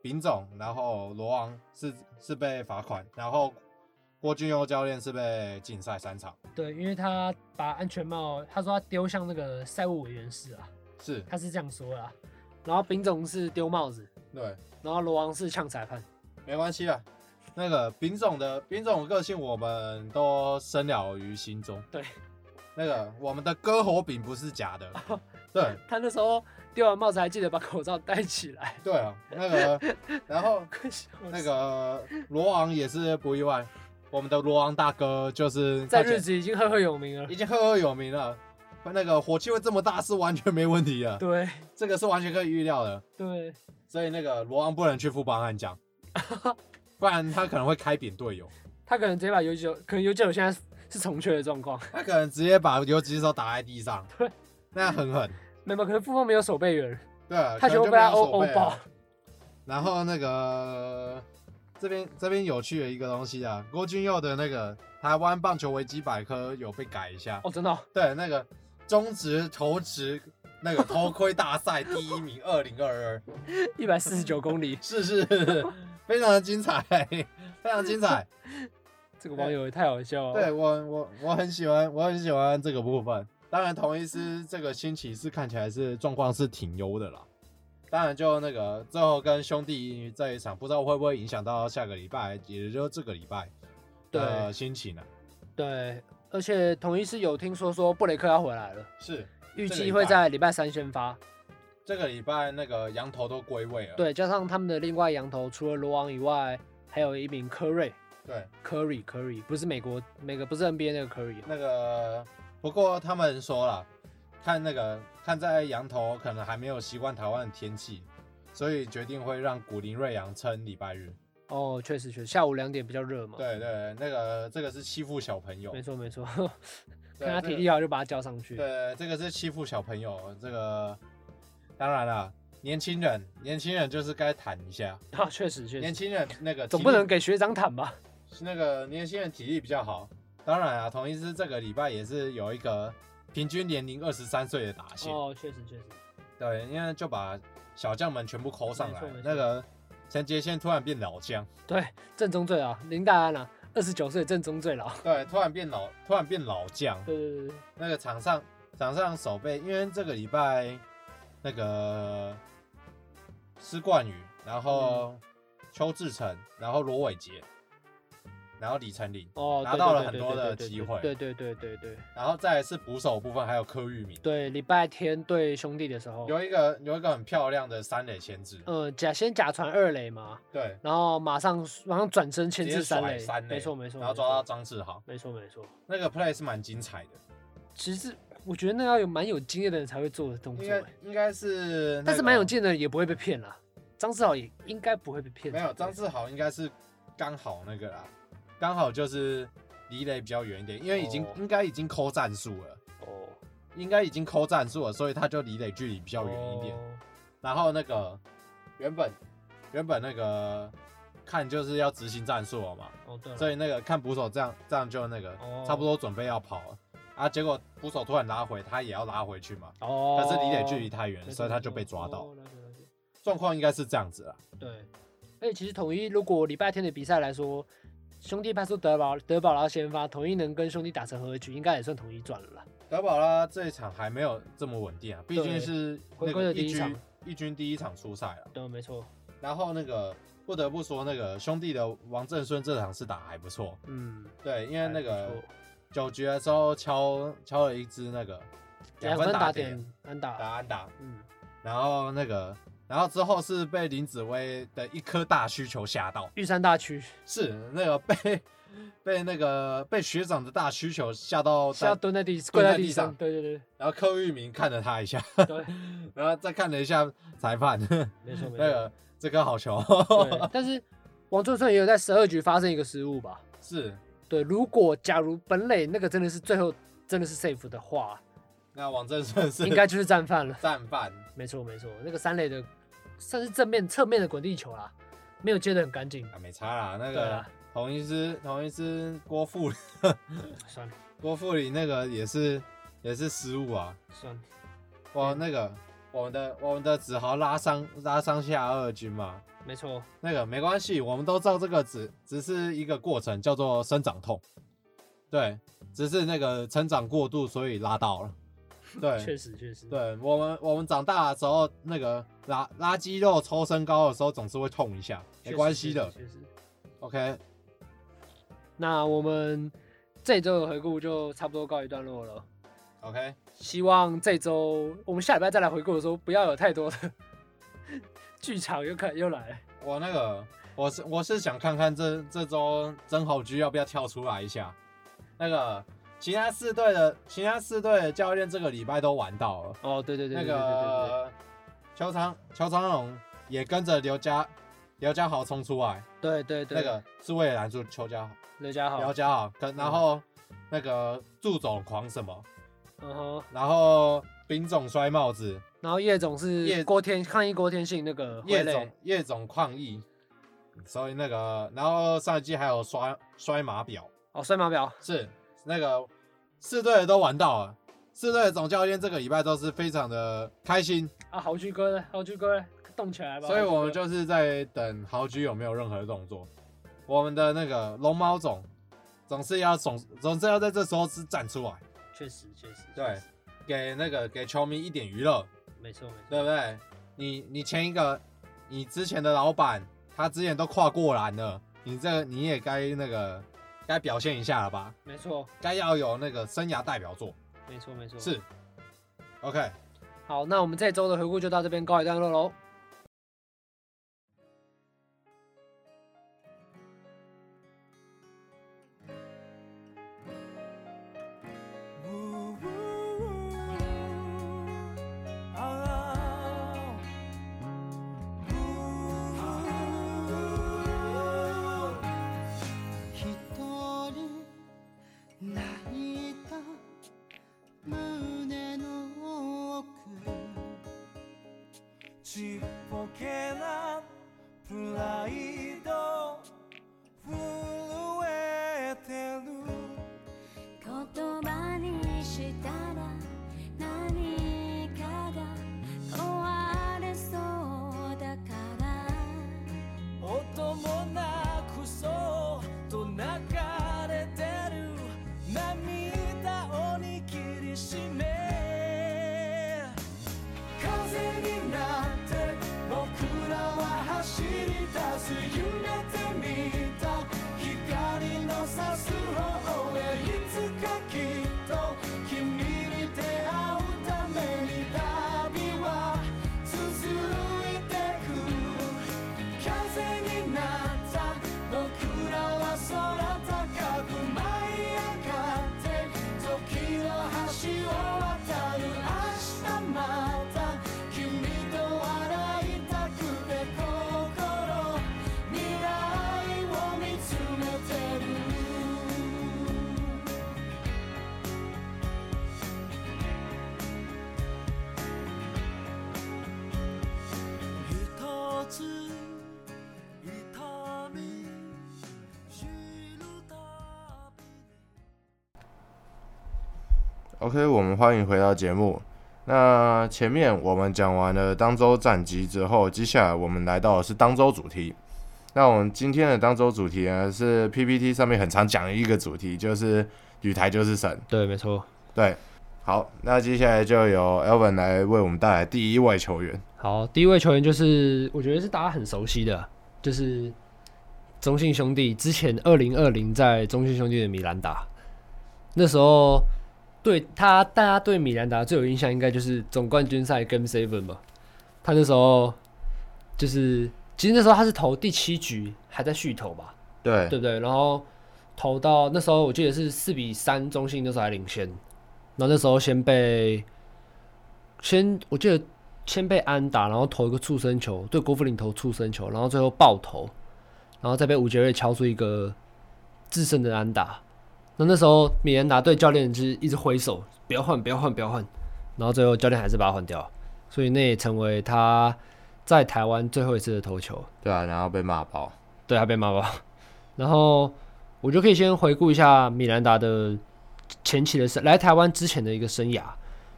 Speaker 4: 丙总，然后罗昂是是被罚款，然后郭俊佑教练是被禁赛三场，
Speaker 3: 对，因为他把安全帽，他说他丢向那个赛务委员室啊，
Speaker 4: 是
Speaker 3: 他是这样说的啊，然后丙总是丢帽子，
Speaker 4: 对。
Speaker 3: 然后罗王是呛裁判，
Speaker 4: 没关系啊。那个丙总的丙总的个性，我们都深了于心中。
Speaker 3: 对，
Speaker 4: 那个我们的割喉饼不是假的。
Speaker 3: 哦
Speaker 4: 对
Speaker 3: 他那时候丢完帽子还记得把口罩戴起来，
Speaker 4: 对啊，那个然后
Speaker 3: 快笑死
Speaker 4: 那个罗昂也是不意外，我们的罗昂大哥就是
Speaker 3: 在
Speaker 4: 看起来
Speaker 3: 日子已经赫赫有名了
Speaker 4: 已，经赫赫有名了。那个火气会这么大是完全没问题的，
Speaker 3: 对
Speaker 4: 这个是完全可以预料的。
Speaker 3: 对，
Speaker 4: 所以那个罗昂不能去富邦悍 将，不然他可能会开扁队友。
Speaker 3: 他可能直接把尤九，可能尤九现在是重缺的状况，
Speaker 4: 他可能直接把游击手打在地上，
Speaker 3: 对，
Speaker 4: 那很狠，
Speaker 3: 没有，可能富邦没有守备员，
Speaker 4: 对，啊可
Speaker 3: 他
Speaker 4: 能
Speaker 3: 全
Speaker 4: 就
Speaker 3: 部被他
Speaker 4: 没有
Speaker 3: 殴
Speaker 4: 手
Speaker 3: 殴
Speaker 4: 背
Speaker 3: 爆
Speaker 4: 了。。然后那个这边这边有趣的一个东西啊，郭俊佑的那个台湾棒球维基百科有被改一下，
Speaker 3: 哦，真的哦、
Speaker 4: 对，那个中职投掷那个头盔大赛第一名，二零二二，，
Speaker 3: 一百四十九公里
Speaker 4: 是是是，非常的精彩，非常精彩，
Speaker 3: 这个网友也太好笑了。
Speaker 4: 对，我我我很喜欢，我很喜欢这个部分。当然，同一师这个新奇是看起来是状况是挺优的啦。当然，就那个最后跟兄弟这一场，不知道会不会影响到下个礼拜，也就是这个礼拜的
Speaker 3: 对
Speaker 4: 心情啊呢、
Speaker 3: 对，而且同一是有听说说布雷克要回来了，
Speaker 4: 是
Speaker 3: 预
Speaker 4: 这个
Speaker 3: 计
Speaker 4: 礼
Speaker 3: 会
Speaker 4: 拜
Speaker 3: 在礼拜三先发。
Speaker 4: 这个礼拜那个羊头都归位了。
Speaker 3: 对，加上他们的另外羊头，除了罗王以外，还有一名科瑞。
Speaker 4: 对，
Speaker 3: Curry Curry 不是美国美个不是 NBA 那个 Curry，
Speaker 4: 那个不过他们说了，看那个看在羊头可能还没有习惯台湾的天气，所以决定会让古林瑞阳撑礼拜日。
Speaker 3: 哦，确实确实，下午两点比较热嘛。，
Speaker 4: 对对，那个这个是欺负小朋友
Speaker 3: 没，错没错，
Speaker 4: 对
Speaker 3: 看他
Speaker 4: 这
Speaker 3: 体
Speaker 4: 个
Speaker 3: 力好就把他叫上去。
Speaker 4: 对，这个是欺负小朋友。这个当然了，年轻人，年轻人就是该坦一下。
Speaker 3: 啊，确实确
Speaker 4: 年
Speaker 3: 实，
Speaker 4: 轻人那个
Speaker 3: 总
Speaker 4: 体
Speaker 3: 不
Speaker 4: 力
Speaker 3: 能给学长坦吧？
Speaker 4: 那个年轻人体力比较好。当然啊，同一师这个礼拜也是有一个平均年龄二十三岁的打线，
Speaker 3: 哦，确实确实，
Speaker 4: 对，因为就把小将们全部抠上
Speaker 3: 没
Speaker 4: 来
Speaker 3: 错没，错
Speaker 4: 那个陈杰宪突然变老将，
Speaker 3: 对，正宗最老，林黛安啊，二十九岁正宗最老。
Speaker 4: 对，突然变老，突然变老将，
Speaker 3: 对对对对，
Speaker 4: 那个场上场上守备，因为这个礼拜那个施冠宇，然
Speaker 3: 嗯
Speaker 4: 后邱志成，然后罗伟杰，然后李成林，
Speaker 3: 哦，
Speaker 4: 拿
Speaker 3: 对
Speaker 4: 到
Speaker 3: 对
Speaker 4: 了
Speaker 3: 对
Speaker 4: 很
Speaker 3: 对
Speaker 4: 多
Speaker 3: 对
Speaker 4: 的
Speaker 3: 对
Speaker 4: 机
Speaker 3: 对
Speaker 4: 会
Speaker 3: 对对对对对
Speaker 4: 然后再来是捕手部分，还有柯玉明，
Speaker 3: 对，礼拜天对兄弟的时候，
Speaker 4: 有一个有一个很漂亮的三垒牵制，
Speaker 3: 呃假先假传二垒嘛，
Speaker 4: 对，
Speaker 3: 然后马上马上转身牵
Speaker 4: 直接
Speaker 3: 制三
Speaker 4: 甩
Speaker 3: 垒，
Speaker 4: 三垒，
Speaker 3: 没错没错，
Speaker 4: 然后
Speaker 3: 没
Speaker 4: 抓到
Speaker 3: 错
Speaker 4: 张志豪，
Speaker 3: 没错没错。
Speaker 4: 那个 play 是蛮精彩的，
Speaker 3: 其实我觉得那要有蛮有经验的人才会做的动
Speaker 4: 应
Speaker 3: 作、
Speaker 4: 该
Speaker 3: 欸，
Speaker 4: 应该是那个，
Speaker 3: 但是蛮有经验的人也不会被骗啦。张志豪也应该不会被骗才
Speaker 4: 没
Speaker 3: 对，
Speaker 4: 有，张志豪应该是刚好那个啦，刚好就是离垒比较远一点，因为已经、
Speaker 3: 哦
Speaker 4: 应该已经抠战术了，
Speaker 3: 哦
Speaker 4: 应该已经抠战术了，所以他就离垒距离比较远一点。
Speaker 3: 哦
Speaker 4: 然后那个原本原本那个看就是要执行战术了嘛，
Speaker 3: 哦对了，
Speaker 4: 所以那个看捕手这样这样就那个、
Speaker 3: 哦
Speaker 4: 差不多准备要跑了啊，结果捕手突然拉回，他也要拉回去嘛，
Speaker 3: 哦，
Speaker 4: 但是离垒距离太远，
Speaker 3: 没错
Speaker 4: 所以他
Speaker 3: 没
Speaker 4: 就
Speaker 3: 错
Speaker 4: 被抓到
Speaker 3: 哦。了解了解
Speaker 4: 状况应该是这样子啦，
Speaker 3: 对，而且其实统一如果礼拜天的比赛来说，兄弟派出德保德保拉先发，统一能跟兄弟打成和局，应该也算统一赚了啦。
Speaker 4: 德保拉这一场还没有这么稳定啊，毕竟
Speaker 3: 对
Speaker 4: 是
Speaker 3: 回
Speaker 4: 那
Speaker 3: 归
Speaker 4: 个
Speaker 3: 的第
Speaker 4: 一
Speaker 3: 一场
Speaker 4: 军一军第一场出赛了。
Speaker 3: 对，没错，
Speaker 4: 然后那个不得不说，那个兄弟的王正顺这场是打还不错，
Speaker 3: 嗯，
Speaker 4: 对，因为
Speaker 3: 还
Speaker 4: 那
Speaker 3: 不
Speaker 4: 个
Speaker 3: 错
Speaker 4: 九局的时候敲敲了一支那个
Speaker 3: 两
Speaker 4: 分
Speaker 3: 分打
Speaker 4: 点
Speaker 3: 点安打，
Speaker 4: 打安打，
Speaker 3: 嗯，
Speaker 4: 然后那个然后之后是被林子威的一颗大需球吓到，
Speaker 3: 玉山大区
Speaker 4: 是那个被 被那个被学长的大需球吓到
Speaker 3: 是要
Speaker 4: 在，
Speaker 3: 蹲在地
Speaker 4: 蹲
Speaker 3: 跪
Speaker 4: 在
Speaker 3: 在
Speaker 4: 地
Speaker 3: 地上，
Speaker 4: 上
Speaker 3: 对对
Speaker 4: 然后柯玉明看了他一下，
Speaker 3: 对对，
Speaker 4: 然后再看了一下裁判，
Speaker 3: 没错
Speaker 4: 那
Speaker 3: 没错。
Speaker 4: 个这颗好 球，
Speaker 3: 对，但是王俊顺也有在十二局发生一个失误吧？
Speaker 4: 是
Speaker 3: 对，如果假如本垒那个真的是最后真的是 safe 的话，
Speaker 4: 那王正顺是
Speaker 3: 应该就是战犯了。
Speaker 4: 战犯，
Speaker 3: 没错没错，那个三垒的算是正面侧面的滚地球啦，没有接得很干净。
Speaker 4: 啊，没差啦，那
Speaker 3: 对
Speaker 4: 个
Speaker 3: 啊
Speaker 4: 同一师同一师郭富啊
Speaker 3: 算了
Speaker 4: 郭富林那个也是也是失误啊，
Speaker 3: 算了，
Speaker 4: 哇，
Speaker 3: 嗯
Speaker 4: 那个我们的我们的子豪拉伤拉伤下二军嘛，
Speaker 3: 没错，
Speaker 4: 那个没关系，我们都知道这个只只是一个过程，叫做生长痛，对，只是那个成长过度所以拉到了，
Speaker 3: 确
Speaker 4: 对。
Speaker 3: 实 确实，
Speaker 4: 对我们，我们长大的时候，那个拉拉肌肉、抽身高的时候，总是会痛一下，没
Speaker 3: 确实
Speaker 4: 关系
Speaker 3: 确
Speaker 4: 的
Speaker 3: 实。确实。
Speaker 4: OK，
Speaker 3: 那我们这周的回顾就差不多告一段落了。
Speaker 4: OK，
Speaker 3: 希望这周我们下礼拜再来回顾的时候，不要有太多的 剧场又看又来了。
Speaker 4: 我那个，我是我是想看看这这周曾侯居要不要跳出来一下。那个其他四队的其他四队的教练这个礼拜都玩到了，
Speaker 3: 哦，对对对
Speaker 4: 那
Speaker 3: 对对对对对
Speaker 4: 个邱长邱长荣也跟着刘家刘家豪冲出来，
Speaker 3: 对对对，嗯
Speaker 4: 那个是为了拦住邱家豪，
Speaker 3: 刘家豪
Speaker 4: 刘，家豪跟然后那个祝总狂什么，
Speaker 3: 嗯哼，
Speaker 4: 然后丙总摔帽子，
Speaker 3: 然后叶总
Speaker 4: 叶
Speaker 3: 是郭天抗议郭天信那个
Speaker 4: 叶
Speaker 3: 回垒
Speaker 4: 总叶总抗议，所以那个然后上一季还有摔摔马表。
Speaker 3: 哦摔马表，
Speaker 4: 是那个四队的都玩到了，四队的总教练这个礼拜都是非常的开心，
Speaker 3: 啊，豪居哥呢？豪居哥呢动起来吧！
Speaker 4: 所以我们
Speaker 3: 豪居哥
Speaker 4: 就是在等豪局有没有任何动作。我们的那个龙猫总总是要总总是要在这时候是站出来，
Speaker 3: 确实确实
Speaker 4: 对
Speaker 3: 确实
Speaker 4: 给那个给球迷一点娱乐，
Speaker 3: 没错没错，
Speaker 4: 对不对？你你前一个你之前的老板他之前都跨过栏了，你这个你也该那个该表现一下了吧？
Speaker 3: 没错
Speaker 4: 该要有那个生涯代表作
Speaker 3: 没错没错。
Speaker 4: 是。OK，
Speaker 3: 好，那我们这周的回顾就到这边告一段落喽。
Speaker 5: 一人泣いた胸の奥
Speaker 6: ちっぽけなプライド震えてる
Speaker 7: 言葉にしたら何かが壊れそうだから
Speaker 6: 音もなくそうと流れてる涙を握りしめ
Speaker 2: OK，我们欢迎回到节目。那前面我们讲完了当周战绩之后，接下来我们来到的是当周主题。那我们今天的当周主题呢，是 PPT 上面很常讲的一个主题，就是女台就是神。
Speaker 1: 对，没错。
Speaker 2: 对，好，那接下来就由 Elvin 来为我们带来第一位球员。
Speaker 1: 好，第一位球员就是我觉得是大家很熟悉的，就是中信兄弟之前二零二零在中信兄弟的米兰达，那时候对他大家对米兰达最有印象应该就是总冠军赛 Game Seven 吧，他那时候就是其实那时候他是投第七局还在续投吧，
Speaker 2: 对，
Speaker 1: 对不对？然后投到那时候我记得是四比三，中信那时候还领先，然后那时候先被先我记得先被安打，然后投一个触身球，对郭富林投触身球，然后最后爆投，然后再被吴杰瑞敲出一个制胜的安打。那那时候米兰达对教练就是一直挥手，不要换，不要换，不要换，然后最后教练还是把他换掉，所以那也成为他在台湾最后一次的投球。
Speaker 2: 对啊，然后被骂爆。
Speaker 1: 对，他被骂爆。 然后我就可以先回顾一下米兰达的前期的生来台湾之前的一个生涯。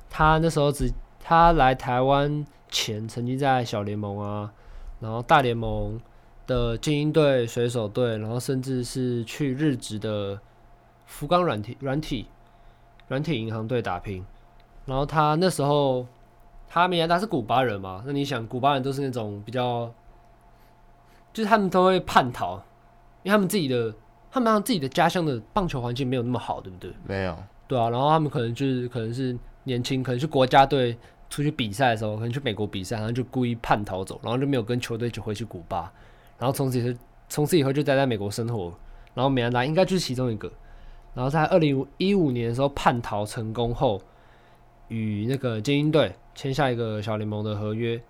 Speaker 1: 他那时候只他来台湾前曾经在小联盟啊，然后大联盟的精英队、水手队，然后甚至是去日职的福冈软体软体软体银行队打拼。然后他那时候他米兰达是古巴人嘛，那你想古巴人都是那种比较就是他们都会叛逃，因为他们自己的，他们好像自己的家乡的棒球环境没有那么好，对不对？
Speaker 2: 没有，
Speaker 1: 对啊，然后他们可能就是可能是年轻，可能是国家队出去比赛的时候，可能去美国比赛，然后就故意叛逃走，然后就没有跟球队一起回去古巴，然后从此以后从此以后就待在美国生活，然后米兰达应该就是其中一个，然后在二零一五年的时候叛逃成功后，与那个精英队签下一个小联盟的合约，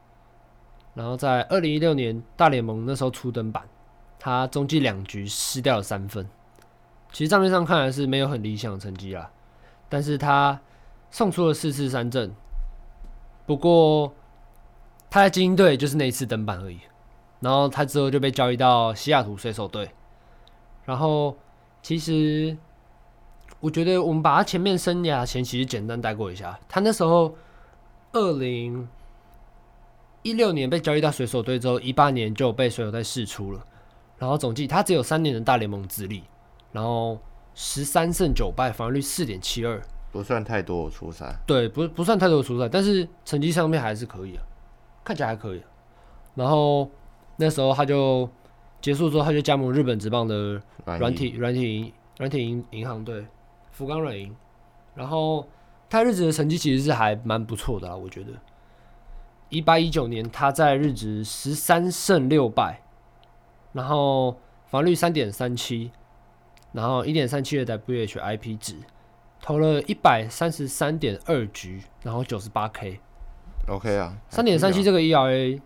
Speaker 1: 然后在二零一六年大联盟那时候初登板，他中继两局失掉了三分，其实账面上看来是没有很理想的成绩啦。但是他送出了四次三振，不过他在精英队就是那一次登板而已，然后他之后就被交易到西雅图水手队，然后其实我觉得我们把他前面生涯前其实简单带过一下，他那时候二零一六年被交易到水手队之后，一八年就被水手队释出了，然后总计他只有三年的大联盟资历，然后十三胜九败，防御率四点七二，
Speaker 2: 不算太多，我初三。
Speaker 1: 对，不不算太多的蔬菜，但是成绩上面还是可以啊，看起来还可以啊、然后那时候他就结束之后，他就加盟日本职棒的软体软体银软体银银行队福冈软银，然后他日职的成绩其实是还蛮不错的啦，啊我觉得。一八一九年他在日职十三胜六败，然后防御率三点三七，然后一点三七的 WHIP 值，投了一百三十三点二局，然后九十八 K，
Speaker 2: OK 啊，
Speaker 1: 三点三七
Speaker 2: 这
Speaker 1: 这个 ERA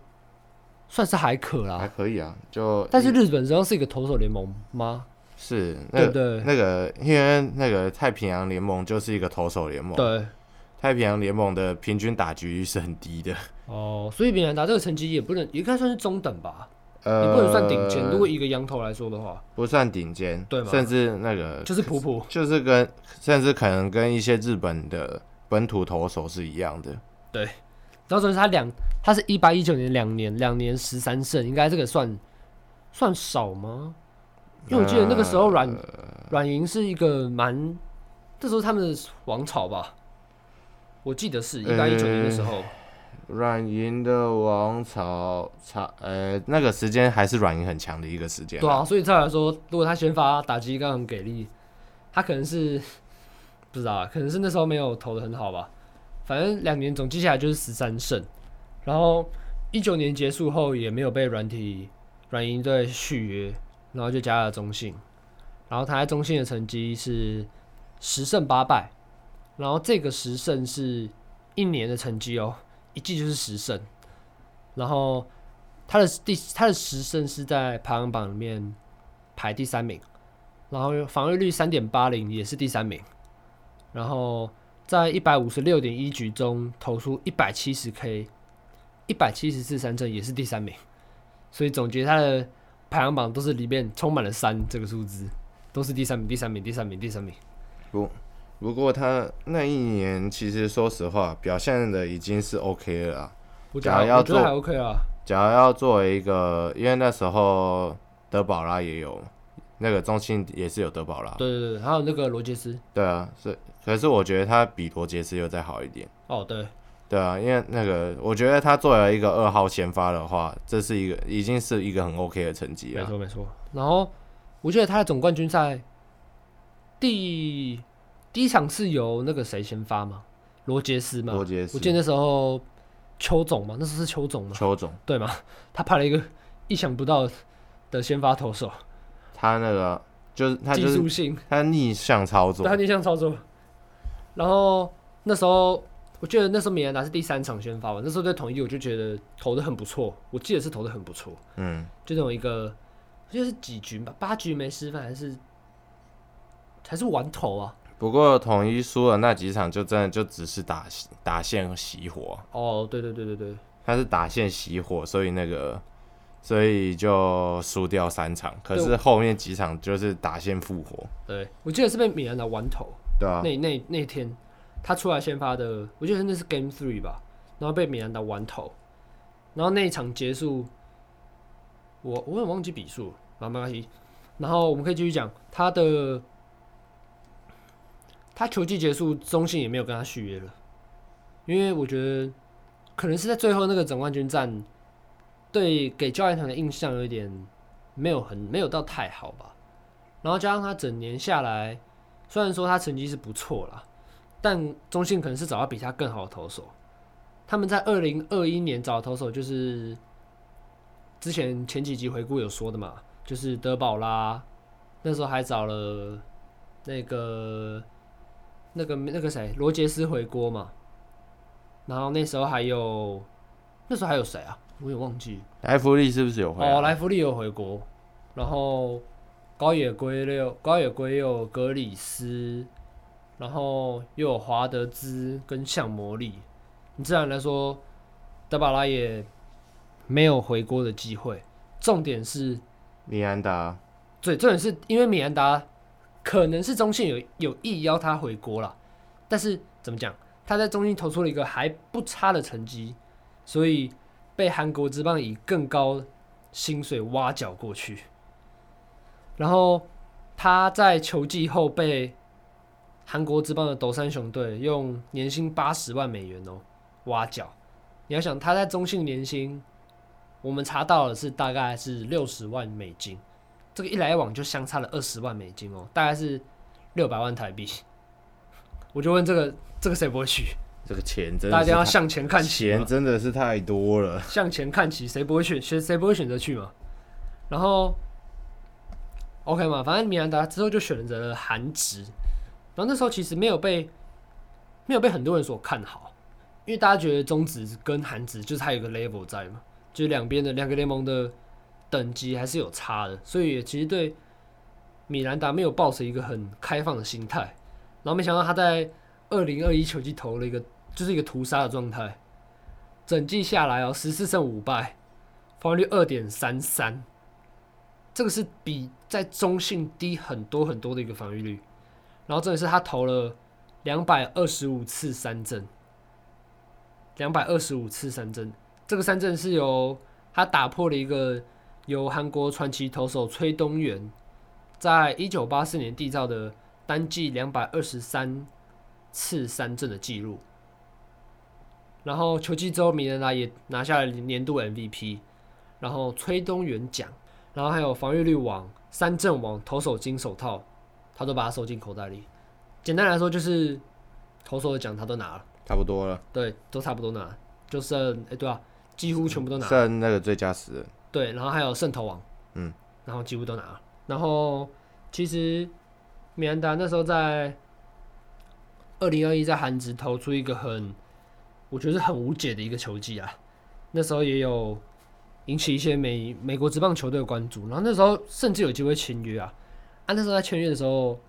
Speaker 1: 算是还可
Speaker 2: 啊还
Speaker 1: 啦。
Speaker 2: 可以啊，就
Speaker 1: 但是日本实际上是一个投手联盟吗？
Speaker 2: 是
Speaker 1: 对
Speaker 2: 那
Speaker 1: 不
Speaker 2: 个
Speaker 1: 对？
Speaker 2: 那个，因为那个太平洋联盟就是一个投手联盟，
Speaker 1: 对，
Speaker 2: 太平洋联盟的平均打击率是很 低的，
Speaker 1: 哦，所以米兰达这个成绩也不能，也应该算是中等吧，
Speaker 2: 呃，
Speaker 1: 也不能算顶尖。如果以一个羊头来说的话，
Speaker 2: 不算顶尖，
Speaker 1: 对嘛
Speaker 2: 甚至那个
Speaker 1: 就是普普。
Speaker 2: 就是跟甚至可能跟一些日本的本土投手是一样的，
Speaker 1: 然后总之他两，他是一八一九年两年，两年十三胜，应该这个算算少吗？因为我记得那个时候
Speaker 2: 呃
Speaker 1: 软软银是一个蛮，这时候他们的王朝吧，我记得是一八一九年的时候。
Speaker 2: 软银的王朝差呃那个时间还是软银很强的一个时间，
Speaker 1: 对啊，，所以照来说，如果他先发打击刚很给力，他可能是 不知道啊，可能是那时候没有投的很好吧。反正两年总计下来就是十三胜，然后一九年结束后也没有被软体软银队续约，然后就加了中信，然后他在中信的成绩是十胜八败，然后这个十胜是一年的成绩哦，一季就是十胜，然后他的第他的十胜是在排行榜里面排第三名，然后防御率三点八零也是第三名，然后在一百五十六点一局中投出一百七十 K，一百七十次三振也是第三名，所以总结他的排行榜都是里面充满了三这个数字，都是第三名，第三名，第三名，第三名。
Speaker 2: 不过他那一年其实说实话表现的已经是 OK 了啦。啊
Speaker 1: 我觉得还
Speaker 2: 假如要
Speaker 1: 我觉得还
Speaker 2: 做
Speaker 1: OK 啊，
Speaker 2: 假如要作为一个，因为那时候德保拉也有，那个中信也是有德保拉，
Speaker 1: 对对对，还有那个罗杰斯，
Speaker 2: 对啊，是，可是我觉得他比罗杰斯又再好一点，
Speaker 1: 哦对，
Speaker 2: 对啊，因为那个我觉得他作为一个二号先发的话，这是一个已经是一个很 OK 的成绩
Speaker 1: 没
Speaker 2: 了，
Speaker 1: 错没错。啊然后我记得他的总冠军赛第第一场是由那个谁先发嘛，罗杰斯嘛，
Speaker 2: 罗杰斯
Speaker 1: 我记得那时候邱总嘛，那时候是邱总嘛，
Speaker 2: 邱总
Speaker 1: 对嘛，他派了一个意想不到的先发投手，
Speaker 2: 他那个就是他
Speaker 1: 技
Speaker 2: 就
Speaker 1: 术
Speaker 2: 是
Speaker 1: 性，
Speaker 2: 他逆向操作
Speaker 1: 对他，逆向操作。然后那时候我记得那时候米兰达是第三场先发吧，那时候对统一我就觉得投的很不错，我记得是投的很不错，
Speaker 2: 嗯，
Speaker 1: 就那种一个就是几局吧，八局没失分还是还是完投啊？
Speaker 2: 不过统一输了那几场就真的就只是打打线熄火，
Speaker 1: 哦，对对对对对，
Speaker 2: 他是打线熄火，所以那个，所以就输掉三场。可
Speaker 1: 对
Speaker 2: 是后面几场就是打线复活，
Speaker 1: 对我记得是被米兰达完投，
Speaker 2: 对啊，
Speaker 1: 那那那天他出来先发的，我记得那是 Game Three 吧，然后被米兰达完投，然后那一场结束，我我也忘记比数了，然后没关系，然后我们可以继续讲他的，他球季结束，中信也没有跟他续约了，因为我觉得可能是在最后那个总冠军战，对给教练团的印象有一点没有很没有到太好吧，然后加上他整年下来。虽然说他成绩是不错啦，但中信可能是找到比他更好的投手。他们在二零二一年找的投手就是之前前几集回顾有说的嘛，就是德保拉，那时候还找了那个那个那个谁罗杰斯回锅嘛，然后那时候还有那时候还有谁啊？我也忘记了。
Speaker 2: 莱弗哎利是不是有回来？
Speaker 1: 哦，莱弗利有回国，然后高野圭佑、高野圭佑、格里斯，然后又有华德兹跟向魔力。你自然来说，德巴拉也没有回国的机会。重点是，
Speaker 2: 米安达，
Speaker 1: 对，重点是因为米兰达可能是中信有有意邀他回国啦，但是怎么讲，他在中信投出了一个还不差的成绩，所以被韩国职棒以更高薪水挖角过去。然后他在球季后被韩国职棒的斗山熊队用年薪八十万美元哦挖角。你要想他在中信年薪，我们查到的是大概是六十万美金。这个一来一往就相差了二十万美金哦，大概是六百万台币。 我就问这个这个谁不会去？
Speaker 2: 这个钱真的是
Speaker 1: 大家要
Speaker 2: 太
Speaker 1: 向前看齐
Speaker 2: 钱
Speaker 1: 嘛，
Speaker 2: 真的是太多了，
Speaker 1: 向前看齐，谁不会选谁谁不会选择去嘛？然后 OK 嘛，反正米兰达之后就选择了韩职，然后那时候其实没有被没有被很多人所看好，因为大家觉得中职跟韩职就是它有一个 level 在嘛，就是两边的两个联盟的等级还是有差的，所以也其实对米兰达没有抱持一个很开放的心态。然后没想到他在二零二一球季投了一个就是一个屠杀的状态，整季下来哦十四胜五败，防御率二点三三，这个是比在中信低很多很多的一个防御率。然后重点是他投了两百二十五次三振，两百二十五次三振，这个三振是由他打破了一个由韩国传奇投手崔东元在一九八四年缔造的单季两百二十三次三振的记录。然后球季之后，米兰达也拿下了年度 MVP，然后崔东元奖，然后还有防御率王、三振王、投手金手套，他都把它收进口袋里。简单来说，就是投手的奖他都拿了，
Speaker 2: 差不多了，
Speaker 1: 对，都差不多拿，就剩哎、对啊，几乎全部都拿了。
Speaker 2: 剩那个最佳十人，
Speaker 1: 对，然后还有圣头王，
Speaker 2: 嗯，
Speaker 1: 然后几乎都拿了。然后其实米兰达那时候在二零二一在韩职投出一个很，我觉得是很无解的一个球技啊。那时候也有引起一些美美国职棒球队的关注，然后那时候甚至有机会签约啊。啊，那时候在签约的时候，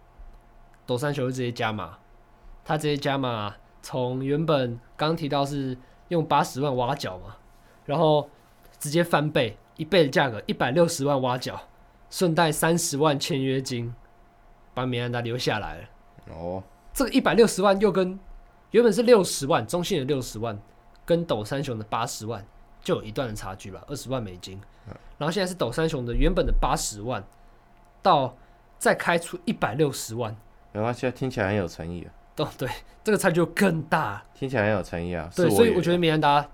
Speaker 1: 斗山球就直接加码，他直接加码，从原本刚提到是用八十万挖角嘛，然后直接翻倍，一倍的价格，一百六十万挖角，顺带三十万签约金，把米兰达留下来了。
Speaker 2: 哦，
Speaker 1: 这个一百六十万又跟原本是六十万，中信的六十万跟斗三雄的八十万就有一段的差距吧，二十万美金。然后现在是斗三雄的原本的八十万，到再开出一百六十万，
Speaker 2: 没关系啊，听起来很有诚意啊，
Speaker 1: 哦，对，这个差距就更大。
Speaker 2: 听起来很有诚意啊。
Speaker 1: 对，
Speaker 2: 是
Speaker 1: 所以
Speaker 2: 也
Speaker 1: 我觉得米兰达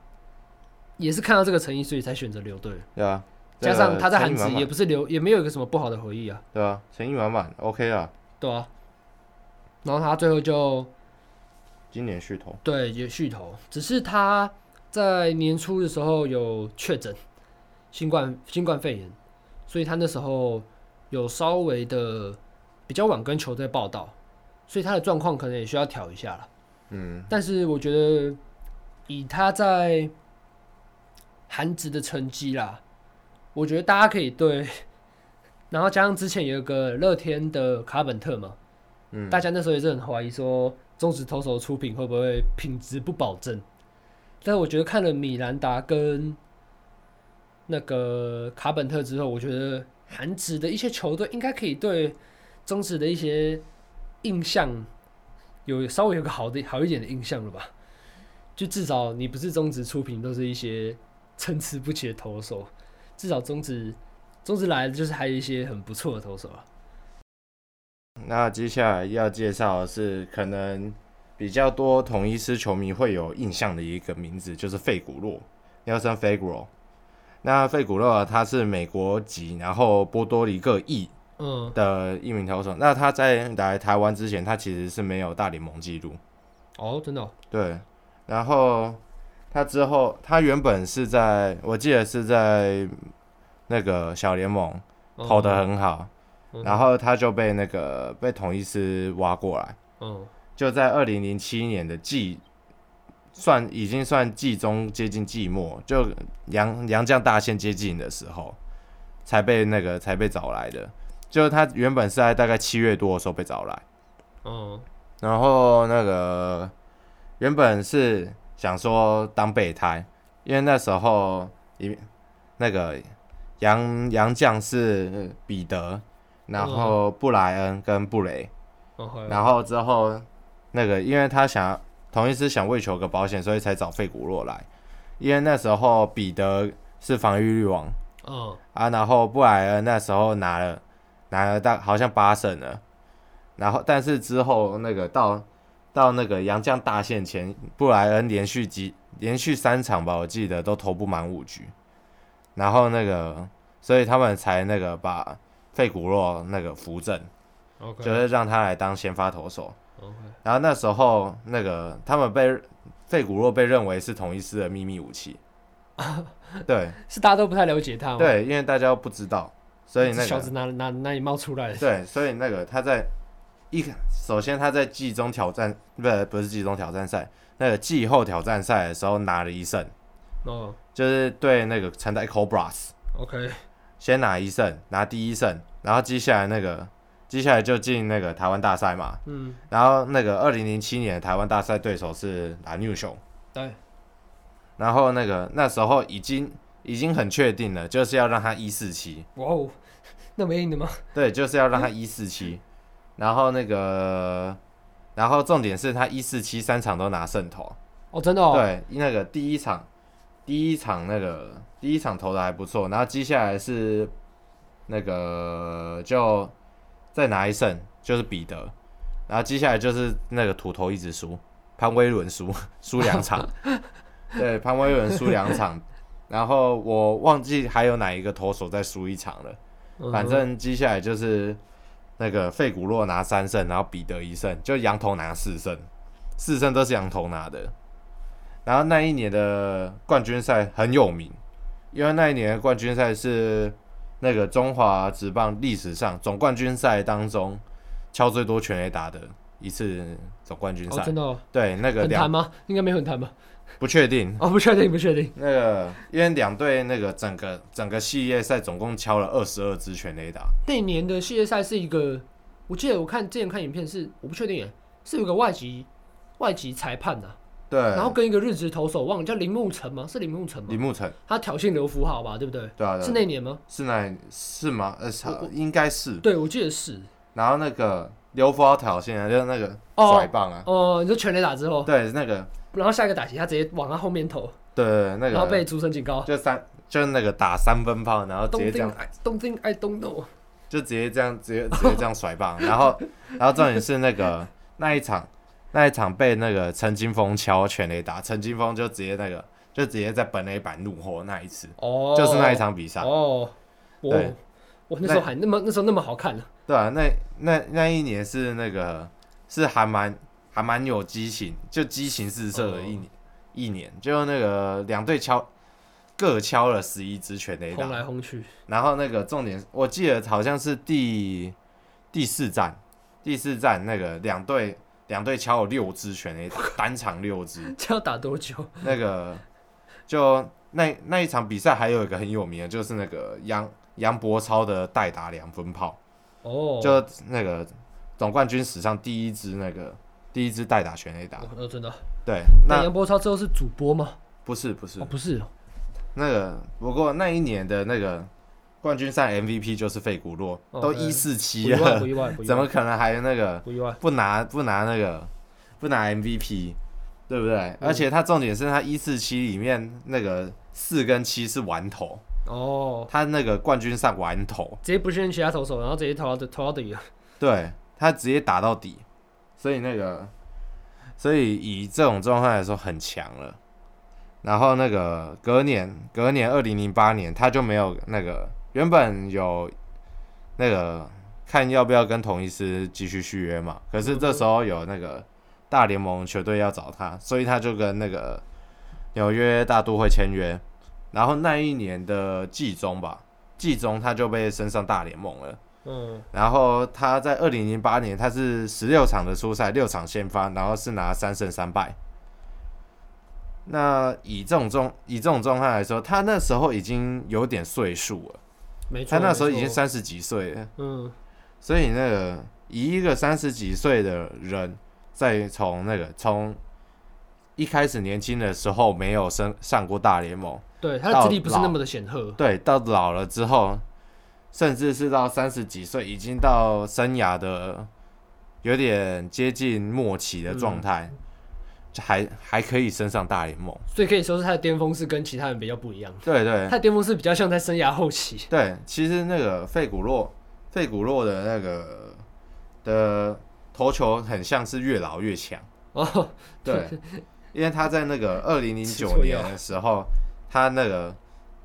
Speaker 1: 也是看到这个诚意，所以才选择留队。
Speaker 2: 对啊，
Speaker 1: 加上他在韩职
Speaker 2: 职
Speaker 1: 也不是留，也没有一个什么不好的回忆啊，
Speaker 2: 对啊，诚意满满，OK 啊，
Speaker 1: 对啊。然后他最后就
Speaker 2: 今年续投，
Speaker 1: 对也续投，只是他在年初的时候有确诊新冠新冠肺炎，所以他那时候有稍微的比较晚跟球队报道，所以他的状况可能也需要调一下了。
Speaker 2: 嗯，
Speaker 1: 但是我觉得以他在韩职的成绩啦，我觉得大家可以对， 然后加上之前有一个乐天的卡本特嘛，
Speaker 2: 嗯
Speaker 1: 大家那时候也是很怀疑说中职投手出品会不会品质不保证，但是我觉得看了米兰达跟那个卡本特之后，我觉得韩职的一些球队应该可以对中职的一些印象有稍微有个好的好一点的印象了吧？就至少你不是中职出品，都是一些参差不齐的投手，至少中职中职来的就是还有一些很不错的投手啊。
Speaker 2: 那接下来要介绍的是可能比较多统一狮球迷会有印象的一个名字，就是费古洛 （Nelson f e g u r o 那费古洛他是美国籍，然后波多黎各裔
Speaker 1: 嗯，
Speaker 2: 的一名投手。那他在来台湾之前，他其实是没有大联盟记录。
Speaker 1: 哦，真的、哦，
Speaker 2: 对，然后他之后，他原本是在我记得是在那个小联盟
Speaker 1: 嗯
Speaker 2: 投的，很好，
Speaker 1: 嗯
Speaker 2: 然后他就被那个被统一师挖过来，
Speaker 1: 嗯
Speaker 2: 就在二零零七年的季，算已经算季中接近季末，就杨杨将大限接近的时候，才被那个才被找来的。就是他原本是在大概七月多的时候被找来，
Speaker 1: 嗯
Speaker 2: 然后那个原本是想说当备胎，因为那时候一那个杨杨将是彼得，然后布莱恩跟布雷，
Speaker 1: 嗯，好
Speaker 2: 然后之后那个因为他想同一师想为求个保险，所以才找费古洛来，因为那时候彼得是防御率王
Speaker 1: 嗯
Speaker 2: 啊，然后布莱恩那时候拿了拿了大好像八胜了，然后但是之后那个到到那个杨将大限前，布莱恩连续几连续三场吧，我记得都投不满五局，然后那个所以他们才那个把费古洛那个扶正，
Speaker 1: ，OK，
Speaker 2: 就是让他来当先发投手。
Speaker 1: OK，
Speaker 2: 然后那时候那个他们被费古洛被认为是同一师的秘密武器，对。
Speaker 1: 是大家都不太了解他吗？，
Speaker 2: 对，因为大家都不知道，所以那
Speaker 1: 小子
Speaker 2: 个
Speaker 1: 哪哪哪里冒出来的？
Speaker 2: 对，所以那个他在一开首先他在季中挑战不不是季中挑战赛，那个季后挑战赛的时候拿了一胜，
Speaker 1: 哦
Speaker 2: 就是对那个陈代 Cobras
Speaker 1: ，OK，
Speaker 2: 先拿一胜，拿第一胜，然后接下来那个接下来就进那个台湾大赛嘛，
Speaker 1: 嗯，
Speaker 2: 然后那个二零零七年的台湾大赛对手是蓝牛熊，
Speaker 1: 对，
Speaker 2: 然后那个那时候已经已经很确定了，就是要让他一四七，
Speaker 1: 哇哦， 那么硬的吗？
Speaker 2: 对，就是要让他一四七，然后那个，然后重点是他一四七三场都拿胜投，
Speaker 1: 哦，真的哦，
Speaker 2: 对，那个第一场，第一场那个第一场投的还不错，然后接下来是那个就再拿一胜，就是彼得，然后接下来就是那个土头一直输，潘威伦输 输 两场，对，潘威伦输两场，然后我忘记还有哪一个投手再输一场了。
Speaker 1: 对
Speaker 2: 反正接下来就是那个费古洛拿三胜，然后彼得一胜，就羊头拿四胜，四胜都是羊头拿的。然后那一年的冠军赛很有名，因为那一年的冠军赛是那个中华职棒历史上总冠军赛当中敲最多全垒打的一次总冠军
Speaker 1: 哦，
Speaker 2: 赛。
Speaker 1: 真的哦，
Speaker 2: 对，那个
Speaker 1: 很谈
Speaker 2: 两
Speaker 1: 吗？应该没有很谈吧？
Speaker 2: 不确定，
Speaker 1: 哦，不确定，不确定。
Speaker 2: 那个因为两队那个整个整个系列赛总共敲了二十二支全垒打。
Speaker 1: 那年的系列赛是一个，我记得我看之前看影片是，我不确定耶，是有个外籍外籍裁判呐、
Speaker 2: 对，
Speaker 1: 然后跟一个日职投手，忘了叫铃木成吗？是铃木成
Speaker 2: 李
Speaker 1: 吗？
Speaker 2: 木成。
Speaker 1: 他挑衅刘福豪吧，对不对？
Speaker 2: 对啊，对啊
Speaker 1: 是那年吗？
Speaker 2: 是那是吗？呃，差
Speaker 1: 我我
Speaker 2: 应该是。
Speaker 1: 对，我记得是。
Speaker 2: 然后那个刘福豪挑衅啊，就是那个
Speaker 1: 哦
Speaker 2: 甩棒啊，
Speaker 1: 哦，你说全垒打之后，
Speaker 2: 对，那个
Speaker 1: 然后下一个打席他直接往他后面投，
Speaker 2: 对对那
Speaker 1: 然后被
Speaker 2: 个
Speaker 1: 主审警告。
Speaker 2: 就三就是那个打三分炮，然后直接
Speaker 1: Don't
Speaker 2: 这
Speaker 1: think
Speaker 2: 样
Speaker 1: I don't think I don't know。
Speaker 2: 就直接这样直接直接这样甩棒，然后然后重点是那个 那一场那一场被那个陈金峰敲全垒打，陈金峰就直接那个就直接在本垒板怒吼那一次，
Speaker 1: 哦，
Speaker 2: 就是那一场比赛，
Speaker 1: 哦，我
Speaker 2: 对
Speaker 1: 我那时候
Speaker 2: 那
Speaker 1: 还那么那时候那么好看了，
Speaker 2: 对啊，那那那一年是那个是还蛮还蛮有激情，就激情四射的一年、一年，就那个两队敲各敲了十一支全垒打
Speaker 1: 轰，来轰去。
Speaker 2: 然后那个重点，我记得好像是第第四站，第四站那个两队两队敲有六支全垒打，单场六支，
Speaker 1: 这要打多久？
Speaker 2: 那个就那那一场比赛还有一个很有名的，就是那个杨杨博超的代打两分炮。
Speaker 1: 哦，
Speaker 2: 就那个总冠军史上第一支那个第一支代打全垒打，
Speaker 1: 哦真的。
Speaker 2: 对，
Speaker 1: 那
Speaker 2: 那
Speaker 1: 杨波超之后是主播吗？
Speaker 2: 不是不是
Speaker 1: 哦，不是哦，
Speaker 2: 那个，不过那一年的那个冠军赛 MVP 就是费古洛，
Speaker 1: 哦
Speaker 2: 都
Speaker 1: 对
Speaker 2: 一四七
Speaker 1: 不意外，
Speaker 2: 了
Speaker 1: 不，意外，不意
Speaker 2: 怎么
Speaker 1: 外，
Speaker 2: 可能还那个
Speaker 1: 不意外。
Speaker 2: 不拿不拿那个不拿 MVP，对不
Speaker 1: 嗯
Speaker 2: 对？而且他重点是他一四七里面那个四跟七是完投，
Speaker 1: 哦，
Speaker 2: 他那个冠军赛完投，
Speaker 1: 直接不信任其他投手，然后直接投到的投到底了。
Speaker 2: 对他直接打到底，所以那个，所以以这种状况来说很强了。然后那个隔年，隔年二零零八年他就没有那个原本有那个看要不要跟同一师继续续约嘛，可是这时候有那个大联盟球队要找他，所以他就跟那个纽约大都会签约。然后那一年的季中吧，季中他就被升上大联盟了。
Speaker 1: 嗯，
Speaker 2: 然后他在二零零八年，他是十六场的初赛，六场先发，然后是拿三胜三败。那以这种状以这种状态来说，他那时候已经有点岁数了，
Speaker 1: 没错。
Speaker 2: 他那时候已
Speaker 1: 没
Speaker 2: 经
Speaker 1: 错，
Speaker 2: 三十几岁了，
Speaker 1: 嗯，
Speaker 2: 所以那个以一个三十几岁的人，再从那个从一开始年轻的时候没有升上过大联盟，
Speaker 1: 对，他的
Speaker 2: 到
Speaker 1: 资历不是那
Speaker 2: 老
Speaker 1: 么的显赫。
Speaker 2: 对，到老了之后，甚至是到三十几岁，已经到生涯的有点接近末期的状态，就还还可以升上大联盟。
Speaker 1: 所以可以说是他的巅峰是跟其他人比较不一样，
Speaker 2: 对对
Speaker 1: 他的巅峰是比较像在生涯后期。
Speaker 2: 对，其实那个费古洛，费古洛的那个的投球很像是越老越强。
Speaker 1: 哦，
Speaker 2: 对，因为他在那个二零零
Speaker 1: 吃
Speaker 2: 九
Speaker 1: 错
Speaker 2: 年
Speaker 1: 药
Speaker 2: 的时候，他那个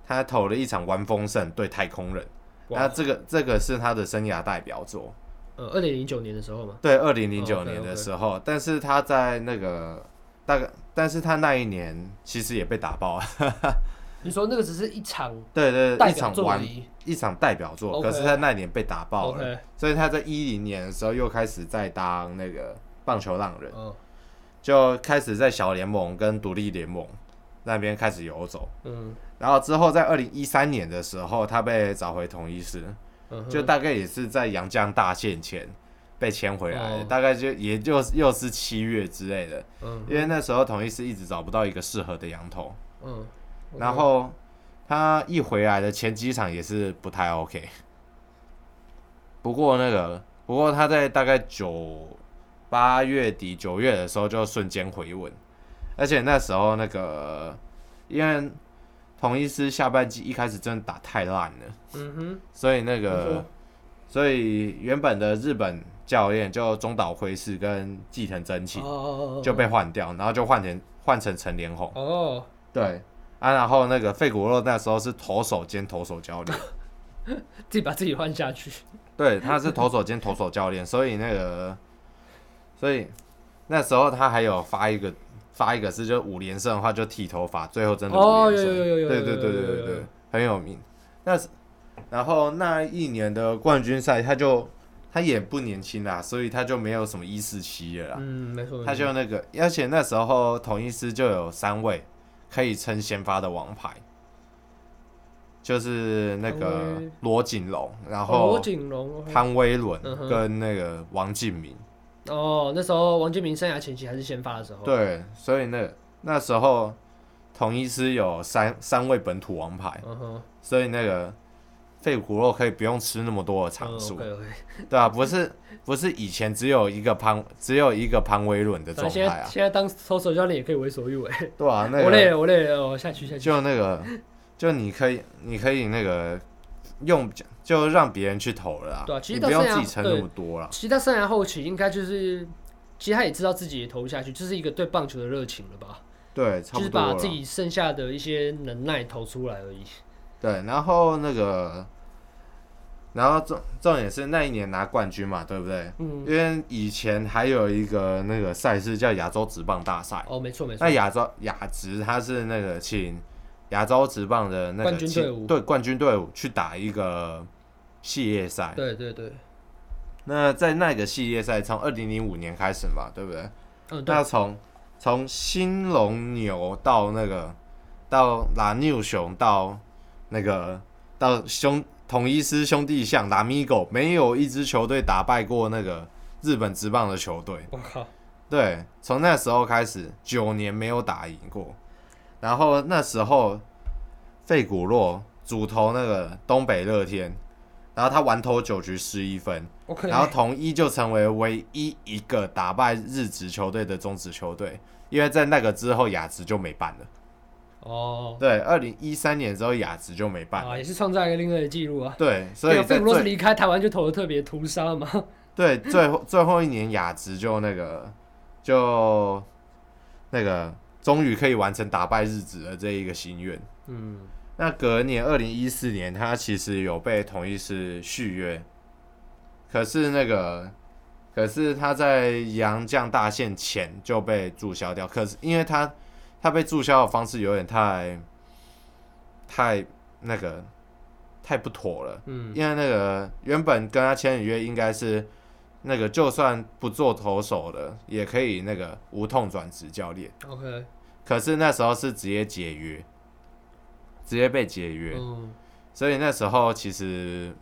Speaker 2: 他投了一场完封胜对太空人，那
Speaker 1: 哇，
Speaker 2: 这个这个是他的生涯代表作。
Speaker 1: 呃，二零零九年的时候嘛，
Speaker 2: 对，二零零
Speaker 1: 哦
Speaker 2: 九
Speaker 1: ，OK，
Speaker 2: 年的
Speaker 1: OK
Speaker 2: 时候但是他在那个大概，但是他那一年其实也被打爆了，
Speaker 1: 你说那个只是一场
Speaker 2: 对对对，
Speaker 1: 代
Speaker 2: 呃一
Speaker 1: 表
Speaker 2: 场
Speaker 1: 作
Speaker 2: 完
Speaker 1: 而已。
Speaker 2: 一场代表作
Speaker 1: OK
Speaker 2: 可是他那一年被打爆了
Speaker 1: OK，
Speaker 2: 所以他在一零年的时候又开始在当那个棒球浪人，
Speaker 1: 嗯
Speaker 2: 就开始在小联盟跟独立联盟那边开始游走，
Speaker 1: 嗯
Speaker 2: 然后之后在二零一三年的时候，他被找回同一师，
Speaker 1: 嗯哼，
Speaker 2: 就大概也是在阳江大限前被签回来的，
Speaker 1: 哦
Speaker 2: 大概就也就又是七月之类的。
Speaker 1: 嗯
Speaker 2: 因为那时候统一是一直找不到一个适合的羊头，
Speaker 1: 嗯，
Speaker 2: 然后他一回来的前几场也是不太 OK。不过那个，不过他在大概九八月底九月的时候就瞬间回稳，而且那时候那个，因为统一师下半季一开始真的打太烂了，
Speaker 1: 嗯哼，
Speaker 2: 所以那
Speaker 1: 没错
Speaker 2: 个，所以原本的日本教练就中岛辉士跟继藤真
Speaker 1: 哦
Speaker 2: 琴
Speaker 1: 哦哦哦
Speaker 2: 就被换掉，然后就换成换成陈连红。
Speaker 1: 哦，
Speaker 2: 对啊，然后那个费古洛那时候是投手兼投手教练，
Speaker 1: 自己把自己换下去。
Speaker 2: 对，他是投手兼投手教练，所以那个，所以那时候他还有发一个发一个是就五连胜的话就剃头发，最后真的
Speaker 1: 哦
Speaker 2: 五连胜，
Speaker 1: 有有有有有
Speaker 2: 对对对
Speaker 1: 有有
Speaker 2: 对
Speaker 1: 有
Speaker 2: 对
Speaker 1: 有有
Speaker 2: 对，很有名。那是然后那一年的冠军赛，他就他也不年轻啦，所以他就没有什么一四七了啦。
Speaker 1: 嗯，没错，没
Speaker 2: 啊他
Speaker 1: 错
Speaker 2: 就那个，而且那时候统一师就有三位可以称先发的王牌，就是那个
Speaker 1: 汤威
Speaker 2: 罗锦龙，然
Speaker 1: 哦
Speaker 2: 后
Speaker 1: 罗景龙，OK
Speaker 2: 潘威伦
Speaker 1: 嗯哼
Speaker 2: 跟那个王敬明。
Speaker 1: 哦，那时候王建民生涯前期还是先发的时候，，
Speaker 2: 对，所以那那时候统一师有三三位本土王牌，
Speaker 1: 嗯哼，
Speaker 2: 所以那个肺骨肉可以不用吃那么多的场数，
Speaker 1: OK OK，
Speaker 2: 对啊，不是不是以前只有一个潘只有一个潘威伦的状
Speaker 1: 反正
Speaker 2: 态
Speaker 1: 现在
Speaker 2: 啊，
Speaker 1: 现在当投手教练也可以为所欲为。
Speaker 2: 对啊，那
Speaker 1: 我累
Speaker 2: 个
Speaker 1: 了，我累了，我下去下去。
Speaker 2: 就那个就你可以你可以那个用就让别人去投了啊，
Speaker 1: 对啊其实
Speaker 2: 你
Speaker 1: 到
Speaker 2: 不用
Speaker 1: 现在
Speaker 2: 自己撑那
Speaker 1: 对
Speaker 2: 么多了，
Speaker 1: 其实他生涯后期应该就是，其实他也知道自己也投不下去，这是一个对棒球的热情了吧？
Speaker 2: 对，差
Speaker 1: 就
Speaker 2: 不
Speaker 1: 是
Speaker 2: 多
Speaker 1: 把
Speaker 2: 了。
Speaker 1: 自己剩下的一些能耐投出来而已。
Speaker 2: 对，然后那个，然后重重点是那一年拿冠军嘛，对不对？
Speaker 1: 嗯，
Speaker 2: 因为以前还有一个那个赛事叫亚洲职棒大赛，
Speaker 1: 哦，没错没错
Speaker 2: 那。亚洲亚职它是那个请亚洲职棒的那个
Speaker 1: 冠军
Speaker 2: 请
Speaker 1: 队伍
Speaker 2: 对冠军队伍去打一个系列赛。
Speaker 1: 对对对，
Speaker 2: 那在那个系列赛从二零零五年开始嘛，对不对？
Speaker 1: 嗯对
Speaker 2: 那，从从兴隆牛到那个到拉牛熊到那个到兄统一师兄弟象拉米狗，没有一支球队打败过那个日本职棒的球队。
Speaker 1: 我靠，
Speaker 2: 对，从那时候开始，九年没有打赢过。然后那时候费古洛主投那个东北乐天，然后他完投九局失一分，
Speaker 1: 我可
Speaker 2: 然后
Speaker 1: 能
Speaker 2: 统一就成为唯一一个打败日职球队的中职球队，因为在那个之后雅职就没办了。
Speaker 1: 哦，
Speaker 2: 对，二零一三年之后雅职就没办了。
Speaker 1: 啊，也是创造一个另类的记录啊。
Speaker 2: 对，所
Speaker 1: 对
Speaker 2: 以
Speaker 1: 啊，费
Speaker 2: 在
Speaker 1: 古洛是
Speaker 2: 最
Speaker 1: 离开台湾就投的特别屠杀嘛。
Speaker 2: 对最后最后一年雅职就那个就那个终于可以完成打败日职的这一个心愿。
Speaker 1: 嗯，
Speaker 2: 那隔年二零一四年，他其实有被同一师续约，可是那个，可是他在杨将大限前就被注销掉。可是因为他他被注销的方式有点太太那个太不妥了，
Speaker 1: 嗯，
Speaker 2: 因为那个原本跟他签的约应该是那个就算不做投手的也可以那个无痛转职教练，
Speaker 1: OK，
Speaker 2: 可是那时候是直接解约，直接被解约，
Speaker 1: 嗯，
Speaker 2: 所以那时候其实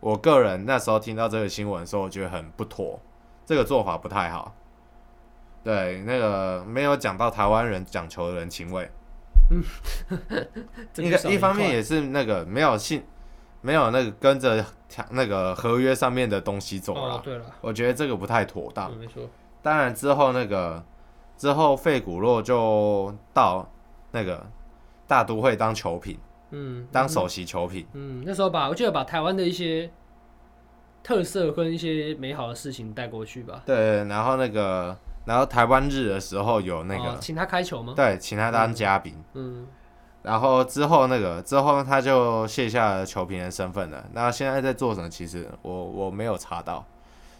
Speaker 2: 我个人那时候听到这个新闻的时候，我觉得很不妥，这个做法不太好。对，那个没有讲到台湾人讲求人情味，
Speaker 1: 这
Speaker 2: 一
Speaker 1: 个
Speaker 2: 个
Speaker 1: 少
Speaker 2: 一方
Speaker 1: 块
Speaker 2: 面也是那个没有信，没有那个跟着那个合约上面的东西走了，
Speaker 1: 哦，对了，
Speaker 2: 我觉得这个不太妥当。
Speaker 1: 嗯，没错，
Speaker 2: 当然之后那个之后费古洛就到那个大都会当球评，
Speaker 1: 嗯，
Speaker 2: 当首席球评。
Speaker 1: 嗯，那时候把我记得把台湾的一些特色跟一些美好的事情带过去吧。
Speaker 2: 对，然后那个然后台湾日的时候有那个、
Speaker 1: 哦请他开球吗？
Speaker 2: 对，请他当嘉宾。
Speaker 1: 嗯，
Speaker 2: 然后之后那个之后他就卸下了球评人身份了。那现在在做什么？其实我我没有查到，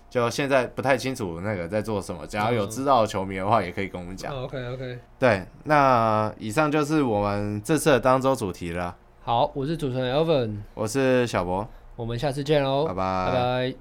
Speaker 2: 就现在不太清楚那个在做什么。只要有
Speaker 1: 嗯
Speaker 2: 知道的球迷的话，也可以跟我们讲。
Speaker 1: 哦，OK OK，
Speaker 2: 对，那以上就是我们这次的当周主题了。
Speaker 1: 好，我是主持人 Elvin，
Speaker 2: 我是小博，
Speaker 1: 我们下次见喽，哦
Speaker 2: 哦拜
Speaker 1: 拜拜。